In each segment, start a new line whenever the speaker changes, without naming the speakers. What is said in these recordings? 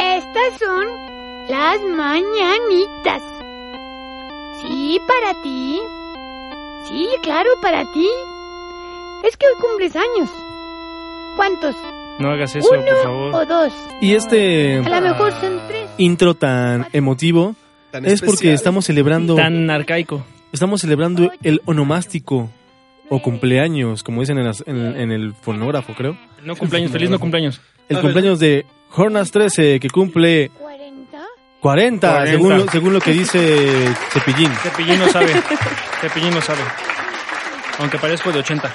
Estas son las mañanitas. Sí, para ti. Sí, claro, para ti. Es que hoy cumples años. ¿Cuántos?
No hagas eso,
¿Uno
por favor.
o dos?
Y este
A lo mejor son tres.
intro tan emotivo
Tan
es porque
especial.
estamos celebrando,
Tan arcaico.
estamos celebrando el onomástico o cumpleaños, como dicen en, las- en- en el fonógrafo, creo.
No cumpleaños, feliz no cumpleaños.
Ah,
El cumpleaños de Jornas 13, que cumple
¿Cuarenta?
40,
40.
Según, lo, según lo que dice Cepillín.
Cepillín no sabe. Cepillín no sabe. Aunque parezco de 80.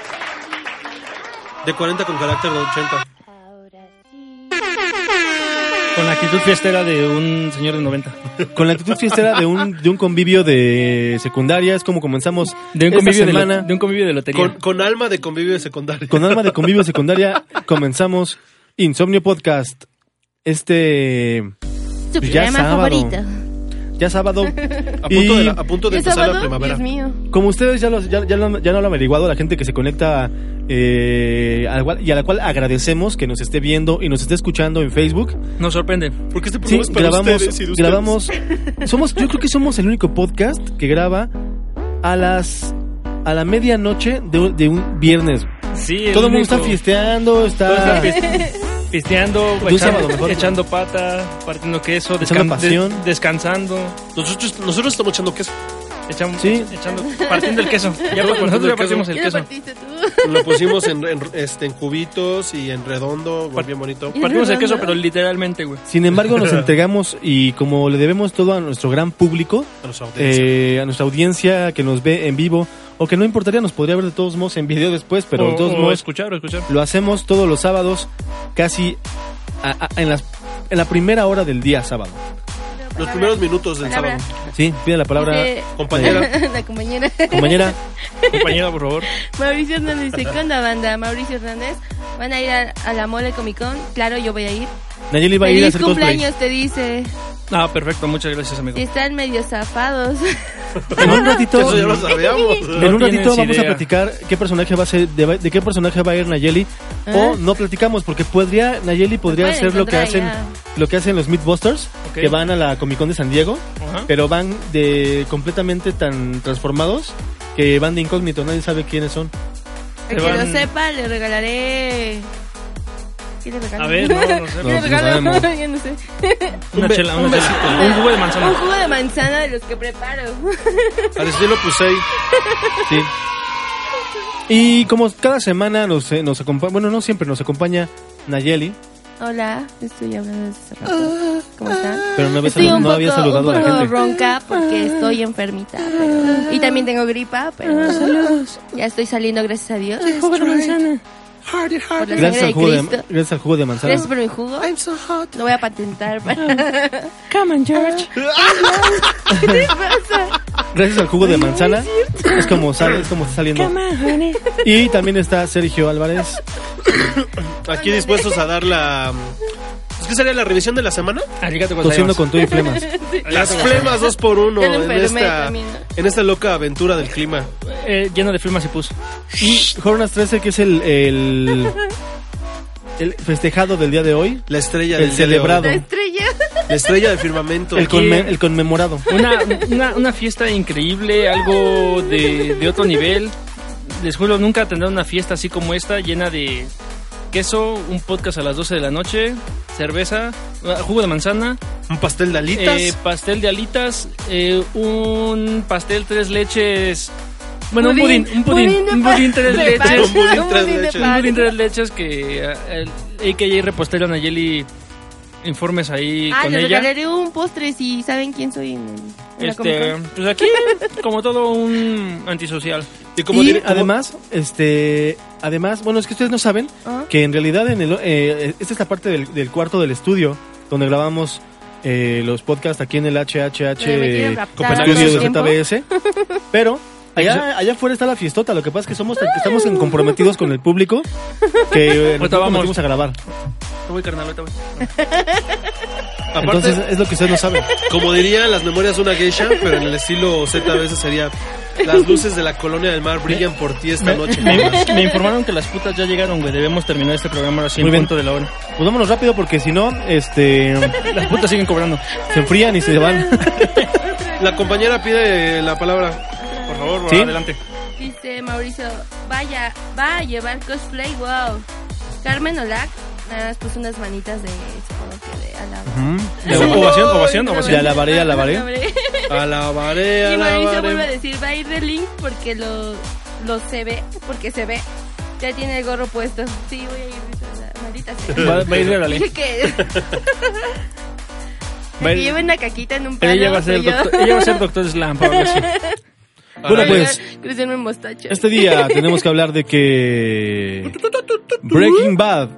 De 40 con carácter de 80.
Ahora sí.
Con la actitud fiestera de un señor de 90.
Con la actitud fiestera de un, de un convivio de secundaria, es como comenzamos
De un
esta
convivio, de, lo-
semana.
de un convivio de lotería.
Con, con alma de convivio de secundaria.
Con alma de convivio secundaria, comenzamos Insomnio Podcast. Este
Su
Pues ya
programa
sábado.
favorito.
ya sábado.
A punto,
Y-
de, la- a punto de
¿Ya
empezar la
sábado?
primavera.
Dios mío.
Como ustedes ya, los- ya, ya lo, han- ya lo han averiguado, la gente que se conecta eh, a la cual- y a la cual agradecemos que nos esté viendo y nos esté escuchando en Facebook.
Nos sorprende.
Porque este
Sí,
programa es para
grabamos,
ustedes y de ustedes.
grabamos. Somos, yo creo que somos el único podcast que graba a las a la medianoche de, un- de un viernes.
Sí,
Todo el mundo está
único-
fiesteando,
Todo
Pues,
está
está
fis- pisteando,
un sábado
echando,
mejor.
echando pata, partiendo queso,
Echando
descan-
pasión.
des- descansando,
Nosotros, nosotros estamos echando queso.
echamos,
Sí.
echando, partiendo el queso. Ya, pues, nosotros
el
ya
queso.
partimos el
¿Qué le
queso.
partiste tú?
Lo pusimos en, en- este, en cubitos y en redondo, güey, bien bonito.
Partimos el queso, pero literalmente, güey.
Sin embargo, nos entregamos y como le debemos todo a nuestro gran público,
A los audiencias.
eh, a nuestra audiencia que nos ve en vivo, o que no importaría, nos podría ver de todos modos en video después, pero
o,
de todos
o
modos
escuchar o escuchar.
lo hacemos todos los sábados, casi a- a- en, las- en la primera hora del día sábado.
los primeros minutos del
Palabra.
sábado.
Sí, pide la palabra,
Dice-
Compañera,
La compañera.
compañera.
Compañera, por favor.
Mauricio Hernández dice, ¿qué onda, banda? Mauricio Hernández, ¿van a ir a, a la mole Comic Con? Claro, yo voy a ir.
Nayeli va a ir a
Feliz
hacer cosplay.
cumpleaños, te dice.
Ah, perfecto, muchas gracias, amigo.
Y están medio zafados.
En un ratito,
eso ya lo sabíamos.
en un
No
ratito
tienes
vamos a
idea.
platicar qué personaje va a ser, de, de qué personaje va a ir Nayeli, o no platicamos porque podría Nayeli podría
Ah. pueden
hacer lo que hacen,
encontrar
lo que hacen los Mythbusters,
Ok.
que van a la Comic Con de San Diego.
Ajá.
pero van de completamente tan transformados que van de incógnito, nadie sabe quiénes son.
El
Te
que
van-
lo sepa, le regalaré... ¿Qué le regalo?
A ver, no, no sé.
¿Qué le
No, pues no
regalo?
sabemos.
Yo no sé.
Una chela, una chela. Un jugo de
Un
manzana.
jugo de manzana de los que preparo.
Al estilo pues, Pusey.
Sí. Y como cada semana nos, eh, nos acompaña, bueno, no siempre nos acompaña Nayeli,
Hola, estoy hablando desde hace rato. ¿Cómo están?
pero no había,
Estoy
salu-
un
no había
poco,
saludado
un
a la
poco
gente.
ronca porque estoy enfermita. pero- Y también tengo gripa, pero ya estoy saliendo, gracias a Dios. Por la
Gracias
sangre
al,
de
jugo de,
Cristo.
gracias al jugo de manzana.
Gracias por mi jugo. Lo voy a patentar. para- Ah.
Gracias al jugo de manzana. Es como sale, es como está saliendo. Y también está Sergio Álvarez.
Aquí dispuestos a dar la. Es que sería la revisión de la semana.
Arigato
Tosiendo
gozaimasu.
con todo y flemas.
Las flemas dos por uno
Ya lo
en
enfermé
esta,
también, ¿no?
en esta loca aventura del clima.
Eh, lleno de firmas y pus.
Y Jonas 13, que es el, el, el festejado del día de hoy.
La estrella
El
del día de hoy.
celebrado.
La estrella.
La estrella del firmamento.
El, conme- el conmemorado.
Una, una, una fiesta increíble, algo de, de otro nivel. Les juro, nunca tendrán una fiesta así como esta, llena de queso, un podcast a las 12 de la noche, cerveza, ah, jugo de manzana,
Un pastel de alitas.
eh, pastel de alitas, eh, un pastel tres leches. Bueno,
Pudín,
un pudín, un
de
pudín, un
pa-
pudín tres
de pan,
leches.
Un pudín tres
de
leches.
Un
pan.
pudín tres leches que ah, el AKA repostero Nayeli informes ahí
Ah,
con
le
ella.
regalaré un postre si saben quién soy en, en la Comic
Este,
Con.
pues aquí, como todo un antisocial.
y como
y
dire- como-
además, este, además, bueno, es que ustedes no saben
Ah.
que en realidad en el, eh, esta es la parte del, del cuarto del estudio donde grabamos eh, los podcasts aquí en el HHH
Pero me quieren
eh,
raptar
Copenhague
estudio
todo el
de ZBS, pero allá, allá afuera está la fiestota, lo que pasa es que somos tan- que estamos en- comprometidos con el público que eh, nosotros nos
vamos.
metimos a grabar.
Te voy, carnal, ahorita voy.
Aparte,
Entonces es lo que ustedes no saben.
como diría las memorias de una geisha, pero en el estilo Z a veces sería las luces de la colonia del mar brillan por ti esta noche.
Me, me informaron que las putas ya llegaron, güey. Debemos terminar este programa ahora sí en
Muy bien.
punto de la hora.
Pues vámonos rápido porque si no, este,
Las putas siguen cobrando.
se enfrían y se van.
La compañera pide la palabra.
Por favor,
¿Sí?
adelante.
Dice Mauricio, vaya, va a llevar cosplay, wow. Carmen Olac, nada más puso unas manitas de, supongo que de alaba.
Ya
Ovación, ovación,
la-
ovación,
Ya
ovación.
alabaré, alabaré.
Alabaré,
Y Mauricio vuelve a
alabaré.
decir, va a ir de link porque lo, lo se ve, porque se ve. Ya tiene el gorro puesto. Sí, voy a ir disfrazada, maldita sea.
Va, va a ir de la ley.
Dije que...
Va a
que
ir-
lleve una caquita en un palo.
Ella va a ser
soy yo.
doctor, ella va a ser doctor Slam, por algo así.
Bueno, pues,
Creció en mostacho.
este día tenemos que hablar de que Breaking Bad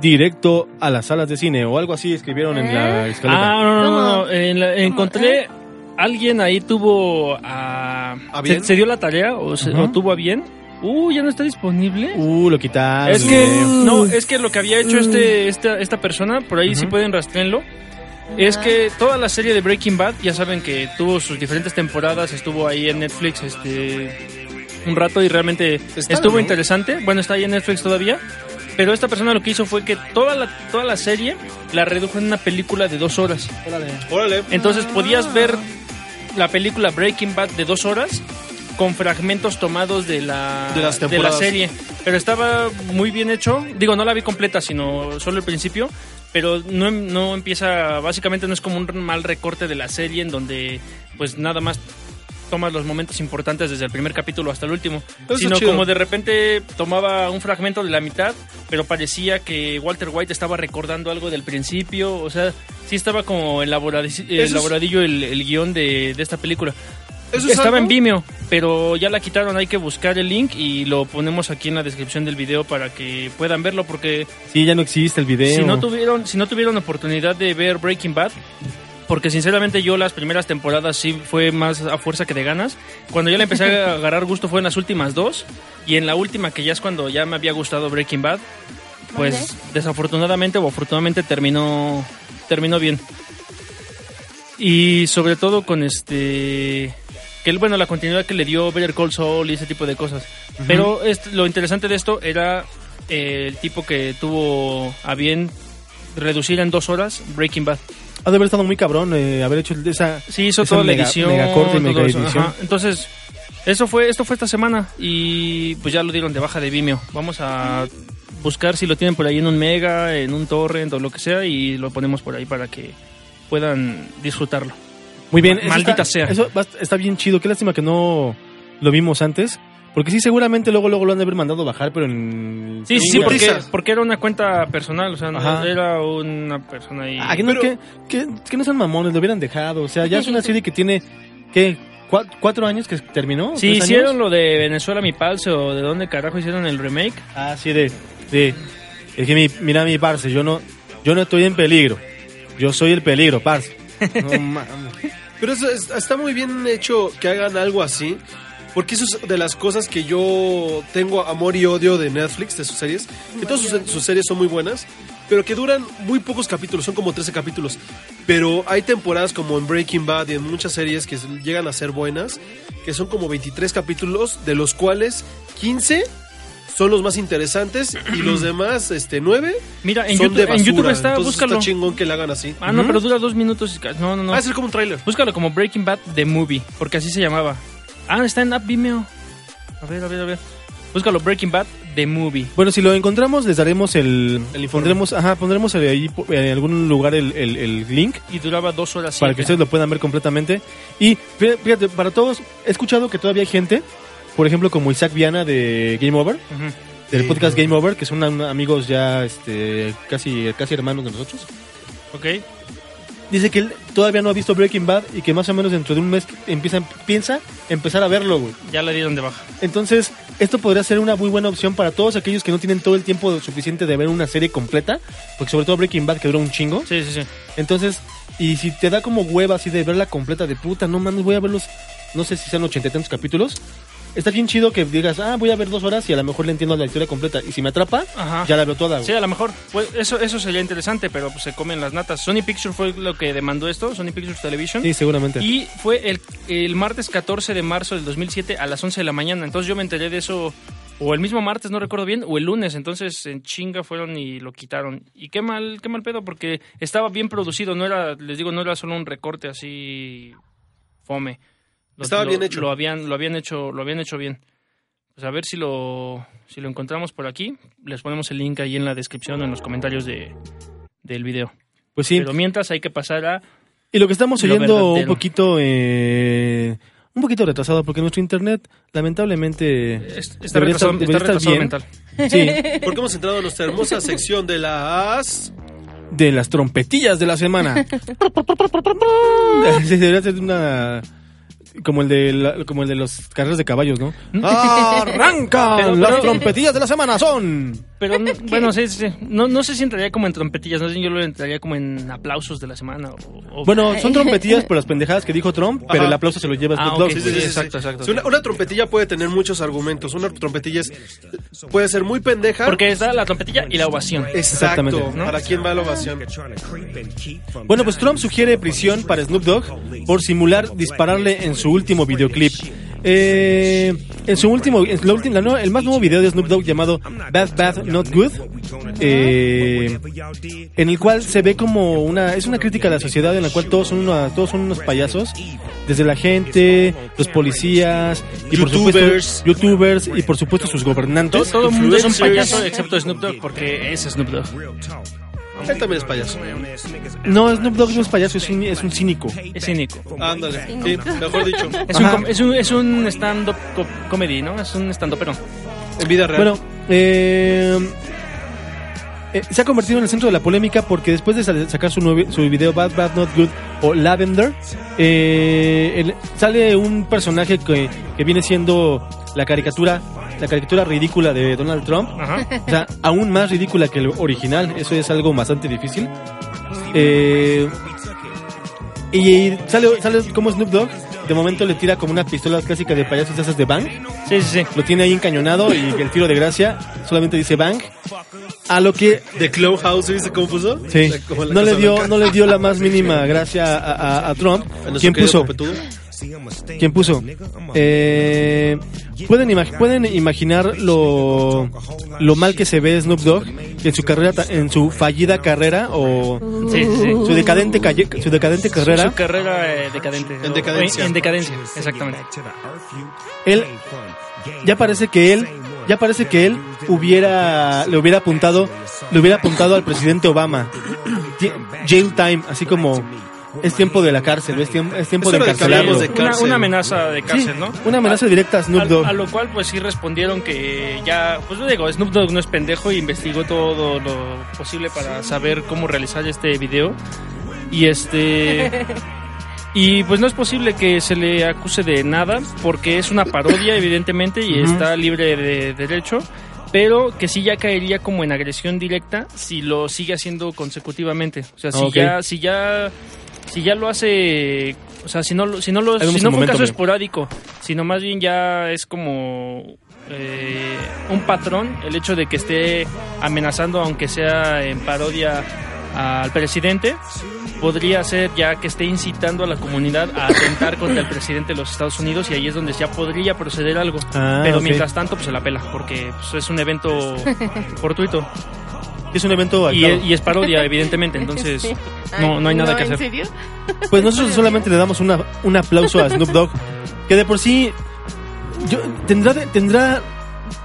directo a las salas de cine o algo así escribieron en la
Ah,
escaleta.
no, no, no, no.
¿Cómo? ¿Eh?
En la- encontré alguien ahí tuvo a,
¿A
se-
bien?
Se, dio la tarea o, se,
Ajá.
o tuvo a bien. Uh, ya no está disponible.
Uh, lo quitaron.
es que no, es que lo que había hecho este esta, esta persona, por ahí si
Ujú.
pueden rastrenlo. Es que toda la serie de Breaking Bad, ya saben que tuvo sus diferentes temporadas, estuvo ahí en Netflix este un rato y realmente
Está,
estuvo
¿no?
interesante. Bueno, está ahí en Netflix todavía. Pero esta persona lo que hizo fue que toda la, toda la serie la redujo en una película de dos horas.
Órale.
Entonces podías ver la película Breaking Bad de dos horas con fragmentos tomados de la,
De las
la
temporadas.
serie. Pero estaba muy bien hecho. Digo, no la vi completa, sino solo el principio. Pero no, em- no empieza, básicamente no es como un mal recorte de la serie en donde pues nada más tomas los momentos importantes desde el primer capítulo hasta el último,
Eso es
sino
chido.
como de repente tomaba un fragmento de la mitad, pero parecía que Walter White estaba recordando algo del principio, o sea, sí estaba como elaboradici- eh,
Eso es-
elaboradillo el, el guión de, de esta película.
Eso es
Estaba
algo.
en Vimeo, pero ya la quitaron, hay que buscar el link y lo ponemos aquí en la descripción del video para que puedan verlo, porque
Sí, ya no existe el video.
si no tuvieron, si no tuvieron oportunidad de ver Breaking Bad, porque sinceramente yo las primeras temporadas sí fue más a fuerza que de ganas. Cuando yo le empecé a agarrar gusto fue en las últimas dos y en la última que ya es cuando ya me había gustado Breaking Bad, pues desafortunadamente o afortunadamente terminó terminó bien. Y sobre todo con este que el- bueno, la continuidad que le dio Better Call Saul y ese tipo de cosas. Pero este- lo interesante de esto era eh, el tipo que tuvo a bien reducir en dos horas Breaking Bad.
Ha de haber estado muy cabrón eh, haber hecho el- esa.
Sí, hizo
esa
toda la
mega-
edición.
megacorte
todo
y mega
eso,
edición.
ajá. Entonces, eso fue, esto fue esta semana y pues ya lo dieron de baja de Vimeo. Vamos a buscar si lo tienen por ahí en un mega, en un torrent o lo que sea y lo ponemos por ahí para que puedan disfrutarlo.
Muy bien. eso
Maldita
está-
sea.
Eso va- está bien chido. Qué lástima que no lo vimos antes. Porque sí, seguramente luego, luego lo han de haber mandado bajar, pero en.
Sí, sí,
sin
porque,
prisas.
porque era una cuenta personal, o sea, no
Ajá.
era una persona ahí.
Ah, que, no, que, que- que no sean mamones, lo hubieran dejado. O sea, ya es una serie que tiene. ¿Qué? ¿Cuatro, cuatro años que terminó?
Sí,
¿Tres años?
hicieron lo de Venezuela Mi Palce o de dónde carajo hicieron el remake.
Ah, sí, de. de es que mi- mira mi parce, yo no, yo no estoy en peligro. Yo soy el peligro, parce. No mames.
Pero eso es- está muy bien hecho que hagan algo así. Porque eso es de las cosas que yo tengo amor y odio de Netflix, de sus series. Que todas sus, sus series son muy buenas, pero que duran muy pocos capítulos, son como 13 capítulos. Pero hay temporadas como en Breaking Bad y en muchas series que llegan a ser buenas, que son como 23 capítulos, de los cuales 15 son los más interesantes y los demás, este, 9
Mira, en
son de
YouTube, en
basura.
YouTube está,
Entonces
búscalo.
está chingón que la hagan así.
ah, no,
Ujú.
pero dura dos minutos. y ca- No, no, no.
Va a ser como un tráiler.
Búscalo como Breaking Bad The Movie, porque así se llamaba. Ah, está en App Vimeo. A ver, a ver, a ver. Búscalo Breaking Bad The Movie.
Bueno, si lo encontramos, les daremos el.
El informe.
pondremos, ajá, pondremos el- ahí po- en algún lugar el, el- el link
Y duraba dos horas.
para que
siete.
ustedes lo puedan ver completamente. Y fí- fíjate, para todos, he escuchado que todavía hay gente, por ejemplo, como Isaac Viana de Game Over,
Ujú.
del podcast Game Over, que son am- amigos ya este, casi, casi hermanos de nosotros.
Ok.
Dice que él todavía no ha visto Breaking Bad y que más o menos dentro de un mes empieza, piensa empezar a verlo, güey.
Ya la dieron de baja.
Entonces, esto podría ser una muy buena opción para todos aquellos que no tienen todo el tiempo suficiente de ver una serie completa, porque sobre todo Breaking Bad que dura un chingo.
Sí, sí, sí.
Entonces, y si te da como hueva así de verla completa de puta, no mames, voy a verlos, no sé si sean ochenta y tantos capítulos, está bien chido que digas, ah, voy a ver dos horas y a lo mejor le entiendo la historia completa. Y si me atrapa,
Ajá.
ya la veo toda. güey.
Sí, a lo mejor. Pues eso, eso sería interesante, pero pues, se comen las natas. Sony Pictures fue lo que demandó esto, Sony Pictures Television.
Sí, seguramente.
Y fue el, el martes 14 de marzo del 2007 a las 11 de la mañana. Entonces yo me enteré de eso o el mismo martes, no recuerdo bien, o el lunes. Entonces en chinga fueron y lo quitaron. Y qué mal, qué mal pedo, porque estaba bien producido. No era, les digo, no era solo un recorte así fome. Lo-
Estaba
lo-
bien hecho.
Lo habían, lo habían hecho, lo habían hecho bien. Pues a ver si lo, si lo encontramos por aquí. Les ponemos el link ahí en la descripción, en los comentarios de, del video.
Pues sí.
Pero mientras hay que pasar a...
Y lo que estamos
Lo
oyendo un
verdadero.
poquito, eh, un poquito retrasado, porque nuestro internet, lamentablemente.
es- Está,
debería
retrasado,
estar- debería
está
estar
retrasado
bien.
mental.
Sí,
Porque hemos entrado a nuestra hermosa sección de las...
de las trompetillas de la semana. Sí, debería ser una. Como el de la- como el de los carreras de caballos, ¿no? ¡Arrancan!
Pero-
las
pero-
trompetillas de la semana son.
Pero no- bueno, sí, sí, sí. No, no sé si entraría como en trompetillas, no sé, yo lo entraría como en aplausos de la semana. o- o-
Bueno, son trompetillas por las pendejadas que dijo Trump, pero el aplauso se lo lleva
Ah,
Snoop Dogg.
ok,
Sí, sí, sí, sí, sí.
Exacto, exacto.
Sí, Una, una trompetilla puede tener muchos argumentos. Una trompetilla es- puede ser muy pendeja.
porque está la trompetilla y la ovación.
Exacto.
Exactamente,
¿no?
¿Para quién va la ovación?
Bueno, pues Trump sugiere prisión para Snoop Dogg por simular dispararle en su último videoclip. Eh, en su último, en la ulti- la nueva- el más nuevo video de Snoop Dogg llamado Bad Bad Not Good, eh, en el cual se ve como una, es una crítica a la sociedad en la cual todos son, una- todos son unos payasos, desde la gente, los policías, y por
Youtubers.
supuesto, youtubers y por supuesto sus
Todo,
gobernantes.
todo el mundo es un
influencers.
payaso excepto Snoop Dogg, porque es Snoop Dogg.
Él también es payaso.
No, Snoop Dogg no es payaso, es un, es un cínico.
Es cínico.
Ándale. Sí, mejor dicho.
Es un,
Ajá.
com- es un, es un stand-up co- comedy, ¿no? Es un stand-up, pero...
En vida real.
Bueno, eh, eh, se ha convertido en el centro de la polémica porque después de sal- sacar su, nueve- su video Bad Bad Not Good o Lavender, eh, el- sale un personaje que, que viene siendo la caricatura, la caricatura ridícula de Donald Trump.
Ajá.
O sea, aún más ridícula que el original. Eso es algo bastante difícil. Eh, y, y sale, sale como Snoop Dogg. De momento le tira como una pistola clásica de payasos de esas de Bang
Sí, sí, sí.
lo tiene ahí encañonado y el tiro de gracia solamente dice bang. A lo que
The Clown House, ¿viste cómo puso?
sí,
La- como la
no le
Casa
dio
Blanca. Ah,
no le dio la más mínima gracia a, a- a Trump.
A nuestro
¿Quién puso?
querido trompetudo.
¿Quién puso? Eh, pueden ima- pueden imaginar lo lo mal que se ve Snoop Dogg en su carrera ta- en su fallida carrera o
Sí, sí, sí.
su decadente calle- su decadente
Su
carrera.
carrera eh, decadente.
En decadencia.
En decadencia, exactamente.
Él ya parece que él ya parece que él hubiera le hubiera apuntado le hubiera apuntado al presidente Obama Ti- jail time así como es tiempo de la cárcel es tiempo, es tiempo
Eso
de
era lo que
encarcelarlo
hablamos de
Una,
cárcel.
una amenaza de
Sí,
cárcel, ¿no?
una amenaza directa a Snoop
Al-
Dogg
A, lo cual, pues sí respondieron que ya, pues yo digo, Snoop Dogg no es pendejo y investigó todo lo posible para saber cómo realizar este video. Y este. Y pues no es posible que se le acuse de nada, porque es una parodia, evidentemente, y
Ujú.
está libre de derecho. Pero que sí ya caería como en agresión directa si lo sigue haciendo consecutivamente. O sea, si
Ok.
ya, si ya, si ya lo hace, o sea, si no, lo- si no lo,
Ahí vemos
si no fue un
un momento,
caso
mira.
esporádico, sino más bien ya es como eh, un patrón el hecho de que esté amenazando, aunque sea en parodia al presidente, podría ser ya que esté incitando a la comunidad a atentar contra el presidente de los Estados Unidos y ahí es donde ya podría proceder algo.
Ah,
Pero
ok.
mientras tanto, pues se la pela, porque pues, es un evento fortuito
es un evento al
y,
cabo.
es- y es parodia, evidentemente, entonces
Sí.
no, no hay nada que hacer.
¿En serio?
pues nosotros solamente le damos una, un aplauso a Snoop Dogg que de por sí yo- tendrá de- tendrá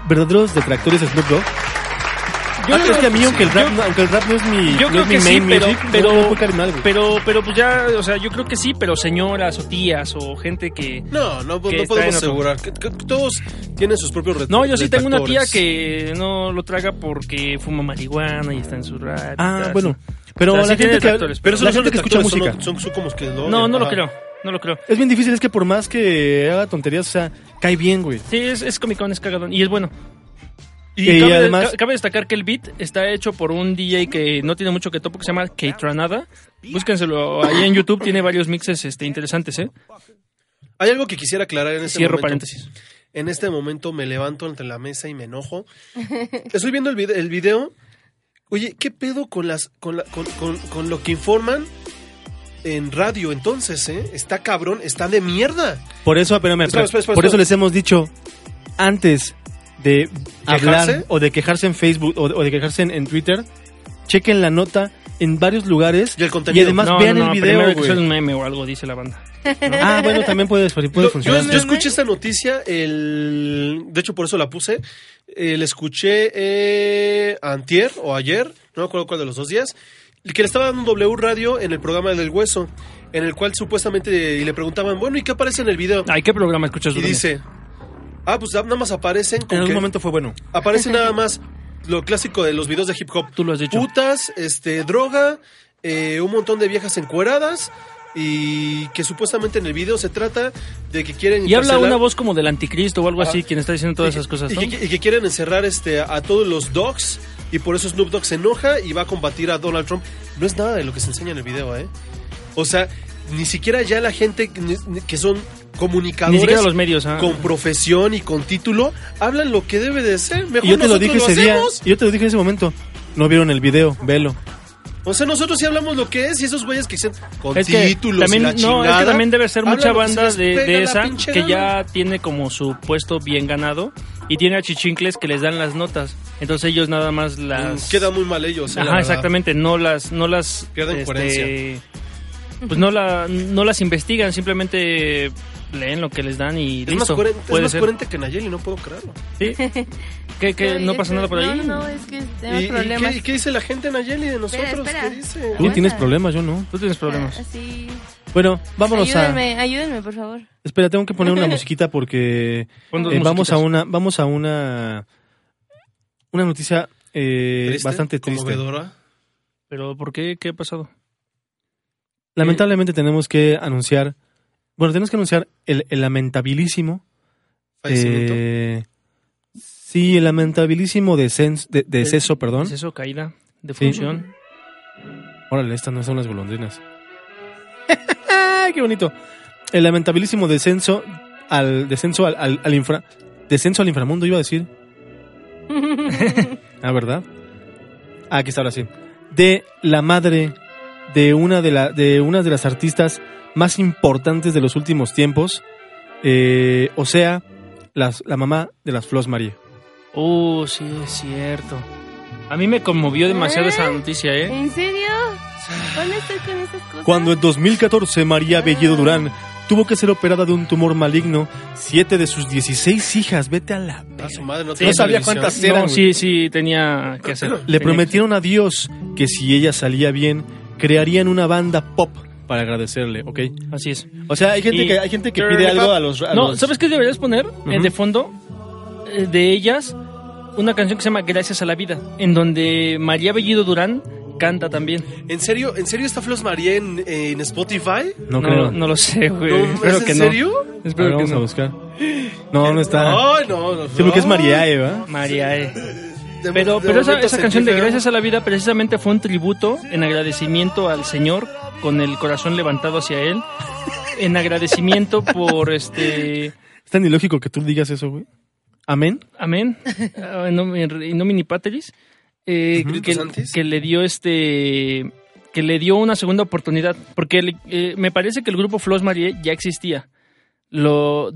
verdaderos detractores de Snoop Dogg
Yo
Ah,
creo
es que a mí
que
aunque el
sí.
rap, no- aunque el rap no es mi
Yo
no
creo
es mi
que sí,
main
pero,
music, no-
pero,
no me puede caer mal, güey.
pero, pero, pues ya, o sea, yo creo que sí, pero señoras o tías o gente que...
No, no, no
Que está en
podemos
otro-
asegurar. que- que todos tienen sus propios retos.
No, yo sí tengo una tía que no lo traga porque fuma marihuana y está en su rat.
Ah, bueno. Pero
O sea,
la
sí tiene
gente que,
detractores,
pero
pero
la gente que escucha música.
Son, son- son como que lo
No,
odian,
no lo
ajá.
creo, no lo creo.
Es bien difícil, es que por más que haga tonterías, o sea, cae bien, güey.
Sí, es, es comicón, es cagadón y es bueno. Y,
Y
cabe,
además-
ca- cabe destacar que el beat está hecho por un DJ que no tiene mucho que topo, que se llama K-Tranada. Búsquenselo ahí en YouTube, tiene varios mixes este, interesantes, ¿eh?
Hay algo que quisiera aclarar en este
Cierro
momento.
paréntesis.
En este momento me levanto entre la mesa y me enojo. Estoy viendo el video, el video. Oye, ¿qué pedo con las con, la- con- con- con lo que informan en radio entonces, eh? Está cabrón, está de mierda.
Por eso, pero me-
Espera, espera, espera,
por eso
espera.
les hemos dicho antes de hablar
¿Quejarse?
o de quejarse en Facebook o, o de quejarse en, en Twitter, chequen la nota en varios lugares
Y el contenido.
además vean el video.
primero que sea
güey.
un meme o algo, dice la banda.
Ah, bueno, también puede, puede
Lo- yo, este
funcionar.
yo escuché esta noticia, el, de hecho por eso la puse, eh, la escuché eh, antier o ayer, no me acuerdo cuál de los dos días, que le estaba dando un W radio en el programa del hueso, en el cual supuestamente y le preguntaban, bueno, ¿y qué aparece en el video?
Ay, ¿qué programa escuchas?
Y
Dani?
dice, ah, pues nada más aparecen,
en
con
algún
que-
momento fue bueno.
aparece nada más lo clásico de los videos de hip hop.
Tú lo has dicho.
Putas, este, droga, eh, un montón de viejas encueradas y que supuestamente en el video se trata de que quieren
Y habla
encarcelar-
una voz como del anticristo o algo
Ajá.
así, quien está diciendo todas
y-
esas cosas.
y
¿no?
que, y que quieren encerrar este a todos los dogs y por eso Snoop Dogg se enoja y va a combatir a Donald Trump. No es nada de lo que se enseña en el video, ¿eh? O sea, ni siquiera ya la gente que- ni- ni- que son
Ni
comunicadores
siquiera los medios. ah.
con profesión y con título hablan lo que debe de ser. Mejor
Y yo te lo
nosotros
dije ese día,
hacemos.
y yo te lo dije en ese momento. No vieron el video, velo.
O sea, nosotros sí hablamos lo que es y esos güeyes que dicen con
Es que,
títulos y
también,
la
no, es
chingada,
que también debe ser
hablan
mucha
lo que se
banda
les
de,
pega
de
la
esa
pinche
que
gana.
ya tiene como su puesto bien ganado y tiene a chichincles que les dan las notas. Entonces ellos nada más las...
Mm, Queda muy mal ellos. eh, la
Ajá,
verdad.
exactamente, no las... No las este,
Pierden coherencia.
Pues no, la, no las investigan, simplemente leen lo que les dan y
Es
listo.
más, coherente, es
Puede
más
ser.
coherente que Nayeli, no puedo creerlo.
¿Sí? ¿Qué, qué, no pasa nada por ahí?
No, no, es que tengo
¿Y, y qué,
problemas.
y qué dice la gente Nayeli de nosotros?
espera.
¿Qué dice?
Tú
Aguanta.
tienes problemas, yo no.
Tú tienes problemas.
Ah, sí.
Bueno, vámonos a
Ayúdenme, ayúdenme, por favor.
Espera, tengo que poner una musiquita porque
Pon dos
Eh, vamos a
musiquitas.
una, vamos a una, una noticia eh,
¿Triste?
bastante triste.
Conmovedora.
¿Pero por qué? ¿Qué ha pasado?
Lamentablemente tenemos que anunciar, bueno, tenemos que anunciar el, el lamentabilísimo,
Fallecimiento.
eh, sí, el lamentabilísimo descenso, de, deceso, perdón.
¿Es eso? ¿Caída?
Sí.
¿Defunción?
Órale, estas no son las golondrinas. ¡Qué bonito! El lamentabilísimo descenso al descenso al, al, al infra, descenso al inframundo iba a decir. ah, ¿verdad? Ah, aquí está ahora sí. De la madre de una de la de una de las artistas más importantes de los últimos tiempos, eh, o sea, las- la mamá de las Flos María.
Oh, sí, es cierto. A mí me conmovió demasiado esa noticia, ¿eh?
¿En serio? ¿Cuándo estoy con esas cosas?
Cuando en 2014 María Bellido Durán tuvo que ser operada de un tumor maligno, siete de sus 16 hijas, vete a la...
A Ah, su madre, no,
Sí,
tenía
no sabía
televisión.
cuántas-
No,
eran,
sí, sí, tenía que hacer.
Le
Tenía
prometieron a Dios que si ella salía bien, crearían una banda pop para agradecerle, ¿ok?
que- Así es.
O sea, hay gente
Y-
que, hay gente que pide algo a los... a
No,
los-
¿sabes qué deberías poner eh, de fondo eh, de ellas? Una canción que se llama Gracias a la Vida, en donde María Bellido Durán canta también.
¿En serio, ¿En serio está Flos María en, en Spotify?
No creo.
no lo sé, güey.
No,
Pues, Espero
¿es
que
en
no.
serio?
A ver,
Espero que
vamos a
no. Oh,
buscar. No, no está.
Ay, Ah, no, no.
Ah. Sí, porque es
no.
María Eva.
María, eh.
De-
Pero,
de
pero esa,
momento
esa
sentí
canción de
feo.
Gracias a la Vida precisamente fue un tributo en agradecimiento al Señor, con el corazón levantado hacia Él, en agradecimiento por este...
Es tan ilógico que tú digas eso, güey. ¿Amén?
Amén, ah, en nom- en nomini Pateris, eh, que,
Gritos antes.
que le dio este... que le dio una segunda oportunidad, porque le- eh, me parece que el grupo Flos Marie ya existía. Lo...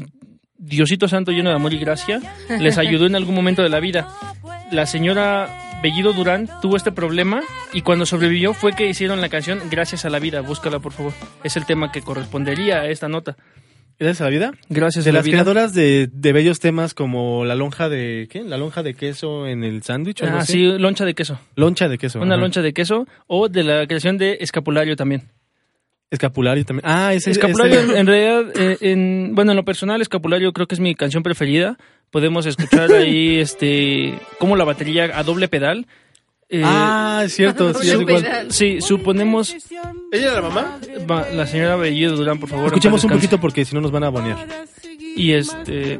Diosito Santo lleno de amor y gracia, les ayudó en algún momento de la vida. la señora Bellido Durán tuvo este problema y cuando sobrevivió fue que hicieron la canción Gracias a la vida, búscala por favor. Es el tema que correspondería a esta nota.
¿Gracias a la vida?
Gracias
De
a Pues la
las
vida.
creadoras de, de bellos temas como la lonja de... ¿Qué? ¿La lonja de queso en el sándwich o algo
Ah,
así?
sí, loncha de queso.
Loncha de queso.
Una
ajá.
loncha de queso o de la creación de escapulario también.
Escapulario también. Ah, ese
escapulario
ese-
en, en realidad, eh, en, bueno, en lo personal, escapulario creo que es mi canción preferida. Podemos escuchar ahí este cómo la batería a doble pedal. eh,
Ah, es cierto. sí, es
supo-
igual.
pedal.
sí, suponemos...
¿Ella era la mamá?
va, la señora Bellido Durán, por favor. en
Escuchemos
paz
un
descanse.
poquito porque si no nos van a abonear.
Y este...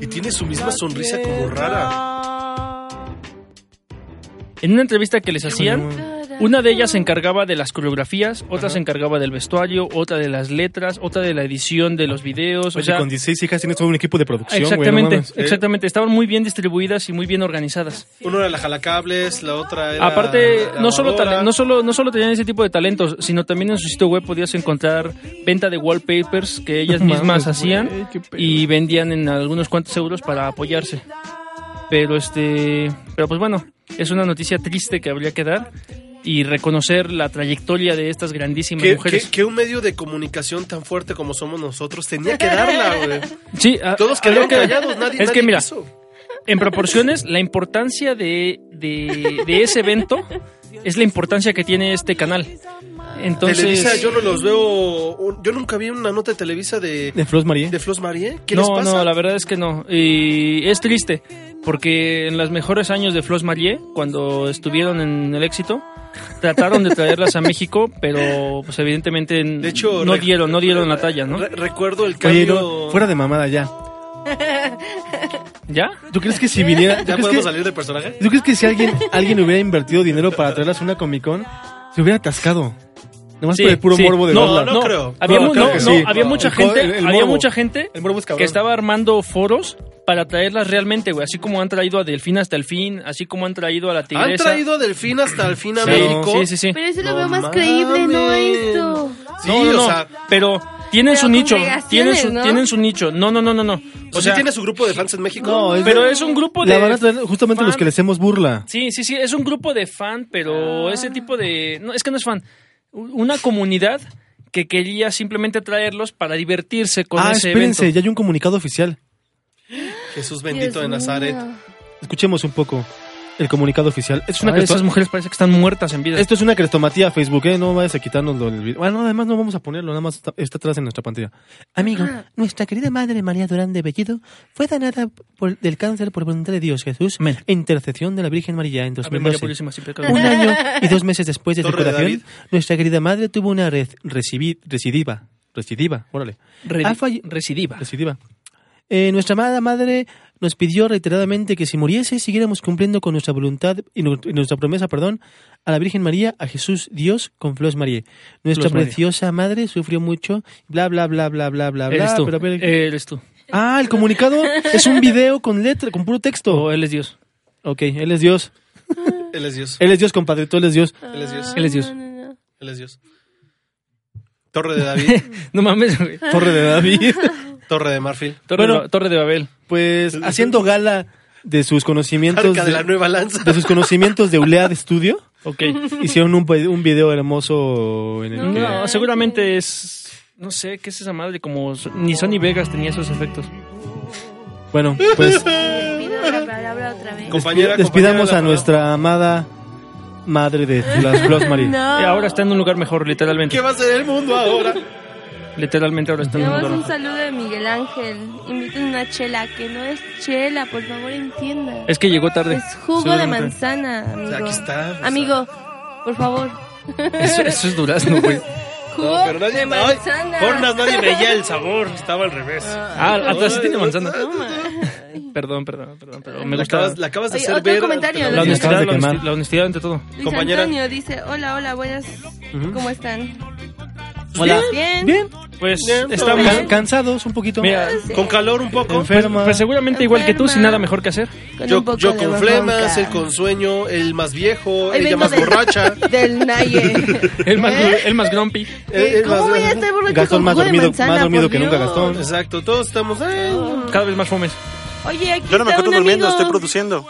Y tiene su misma sonrisa como rara.
En una entrevista que les hacían, Una de ellas se encargaba de las coreografías, otra se encargaba del vestuario, otra de las letras, otra de la edición de los videos. o
Oye,
sea,
con 16 hijas tienes todo un equipo de producción, güey, no
exactamente,
mames. ¿eh?
exactamente. Estaban muy bien distribuidas y muy bien organizadas.
Uno era la jalacables, la otra era.
Aparte,
la
no solo,
lavadora.
tale- no, solo, no solo tenían ese tipo de talentos, sino también en su sitio web podías encontrar venta de wallpapers que ellas
Mames,
mismas
güey,
hacían
eh, qué pedo.
y vendían en algunos cuantos euros para apoyarse. Pero este, pero pues bueno, es una noticia triste que habría que dar y reconocer la trayectoria de estas grandísimas
Que,
mujeres.
que- que un medio de comunicación tan fuerte como somos nosotros tenía que darla, güey.
Sí, a-
Todos
habría
quedaron
Ah, que-
callados, nadie,
Es
nadie
que mira,
quiso.
en proporciones, la importancia de, de, de ese evento es la importancia que tiene este canal. Entonces,
Televisa, yo no los veo. un- Yo nunca vi una nota de Televisa de,
De Flores María.
de Flos Marie. ¿Qué
no,
les pasa?
no, la verdad es que no. Y es triste, porque en los mejores años de Flos Marie, cuando estuvieron en el éxito, trataron de traerlas a México, pero pues evidentemente
De hecho,
no
re-
dieron, no dieron la talla, ¿no?
Re- recuerdo el
Oye,
cambio.
no, fuera de mamada ya.
¿Ya?
¿Tú crees que si viniera... ¿tú
¿Ya
crees
podemos
que,
salir de personaje?
¿Tú crees que si alguien, alguien hubiera invertido dinero para traerlas a una Comic Con, se hubiera atascado? Nomás
Sí,
por el puro
sí.
morbo de
no,
verla.
no creo.
Había,
No,
mu-
claro
no,
que
no,
sí.
había mucha
El
gente,
jo- el
había
morbo.
mucha gente
El morbo es cabrón.
que estaba armando foros para traerlas realmente, güey, así como han traído a Delfín hasta el fin, así como han traído a la tigresa.
Han traído a Delfín hasta el fin a
Sí,
México.
sí, sí, sí.
Pero eso
No
lo veo más
mames.
creíble, ¿no? Esto.
Sí,
no, no,
o
no,
sea,
pero tienen
Pero
su
con
nicho,
obligaciones,
tienen su,
¿no?
tienen su nicho. No, no, no, no, no.
o sea, tiene su grupo de fans en México.
No, es-
pero es un grupo de
La van a traer justamente
fan.
los que le hacemos burla.
Sí, sí, sí, es un grupo de fan, pero
Ah.
ese tipo de no, es que no es fan. U- Una comunidad que quería simplemente traerlos para divertirse con
ah,
ese
espérense,
evento.
ya hay un comunicado oficial.
Jesús bendito de Nazaret.
Escuchemos un poco el comunicado oficial. Es una
Ay,
cresto-
esas mujeres parece que están muertas en vida.
Esto es una crestomatía Facebook, ¿eh? No vayas a quitarnos el video. Bueno, además no vamos a ponerlo, nada más está, está atrás en nuestra pantalla. Amigo, nuestra querida madre María Durán de Bellido fue danada por- del cáncer por voluntad de Dios Jesús
Amén.
e intercesión de la Virgen María en
Ave María
2012.
Purísima, sin pecado.
Un año y dos meses después de su
Torre de
curación, nuestra querida madre tuvo una re- recibi- recidiva. Recidiva, órale.
Re-
Ha falle-
recidiva.
Recidiva. Ah. Eh, nuestra amada madre nos pidió reiteradamente que si muriese siguiéramos cumpliendo con nuestra voluntad y, nu- y nuestra promesa, perdón, a la Virgen María, a Jesús Dios con Flos María. Nuestra
Flos María.
preciosa madre sufrió mucho, bla bla bla bla bla bla
Eres
bla.
tú. Eh.
pero- pero-
Eres tú.
Ah, el comunicado es un video con letra, con puro texto.
O Oh, él es Dios.
Ok, él es Dios,
Él es Dios.
él es Dios, compadre, tú él es Dios.
Él es
Ah.
Dios.
Él es Dios.
Él es Dios. Torre de David.
No mames, güey.
Torre de David.
Torre de Marfil.
Torre,
Bueno.
de- Torre de Babel.
Pues haciendo gala de sus conocimientos
Arca de la
de,
nueva lanza.
de sus conocimientos de Ulead Studio.
Ok.
Hicieron un, pe- un video hermoso en el que...
No, seguramente es. No sé, ¿qué es esa madre? Como. so- Ni Sony Vegas tenía esos efectos. Eh,
Bueno, pues
la palabra otra vez.
Compañera,
despidamos
compañera,
a nuestra amada madre de las Flos Marie.
No.
Y ahora está en un lugar mejor, literalmente.
¿Qué va a ser el mundo ahora?
Literalmente ahora está en un
Tenemos
lugar
un
mejor.
saludo de Miguel Ángel. Inviten una chela, que no es chela, por favor entienda.
Es que llegó tarde.
Es jugo de
seguramente.
manzana, amigo.
sea, aquí está, o sea.
Amigo, por favor.
Eso, eso es durazno, güey.
Jugo
pero nadie-
de
ay,
manzana.
Cornas, nadie veía el sabor. Estaba al revés.
Ah, hasta sí tiene manzana.
No, ma.
Perdón, perdón, perdón. Pero me
la,
gustaba.
acabas, la acabas de
Oye,
hacer
otro
ver.
comentario,
La
¿no?
honestidad,
honestidad. Acabas
la
de quemar.
honesti- la honestidad ante todo.
Luis
Compañera.
Antonio dice, hola, hola, buenas. ¿Cómo están?
Hola.
Bien.
Bien,
Pues
Bien,
está
bien.
Can-
mal.
cansados un poquito.
Mira,
Con calor un poco.
enferma.
pues seguramente igual que tú, sin
Enferma.
nada mejor que hacer.
Con
Yo,
un poco
yo
de
con
bronca.
flemas, él con sueño, el más viejo,
Hoy
ella
vengo
más
del-
borracha.
Del Naye.
El más,
¿Eh?
el más grumpy.
él- él
¿Cómo
más-
voy a estar borracho
Gastón
con
más
jugo de
dormido-
manzana,
más dormido
por
que nunca,
Dios?
Gastón.
Exacto, todos estamos. eh,
Cada vez más fomes.
Oye, aquí
Yo no me
está
encuentro
un
durmiendo,
amigo,
estoy produciendo.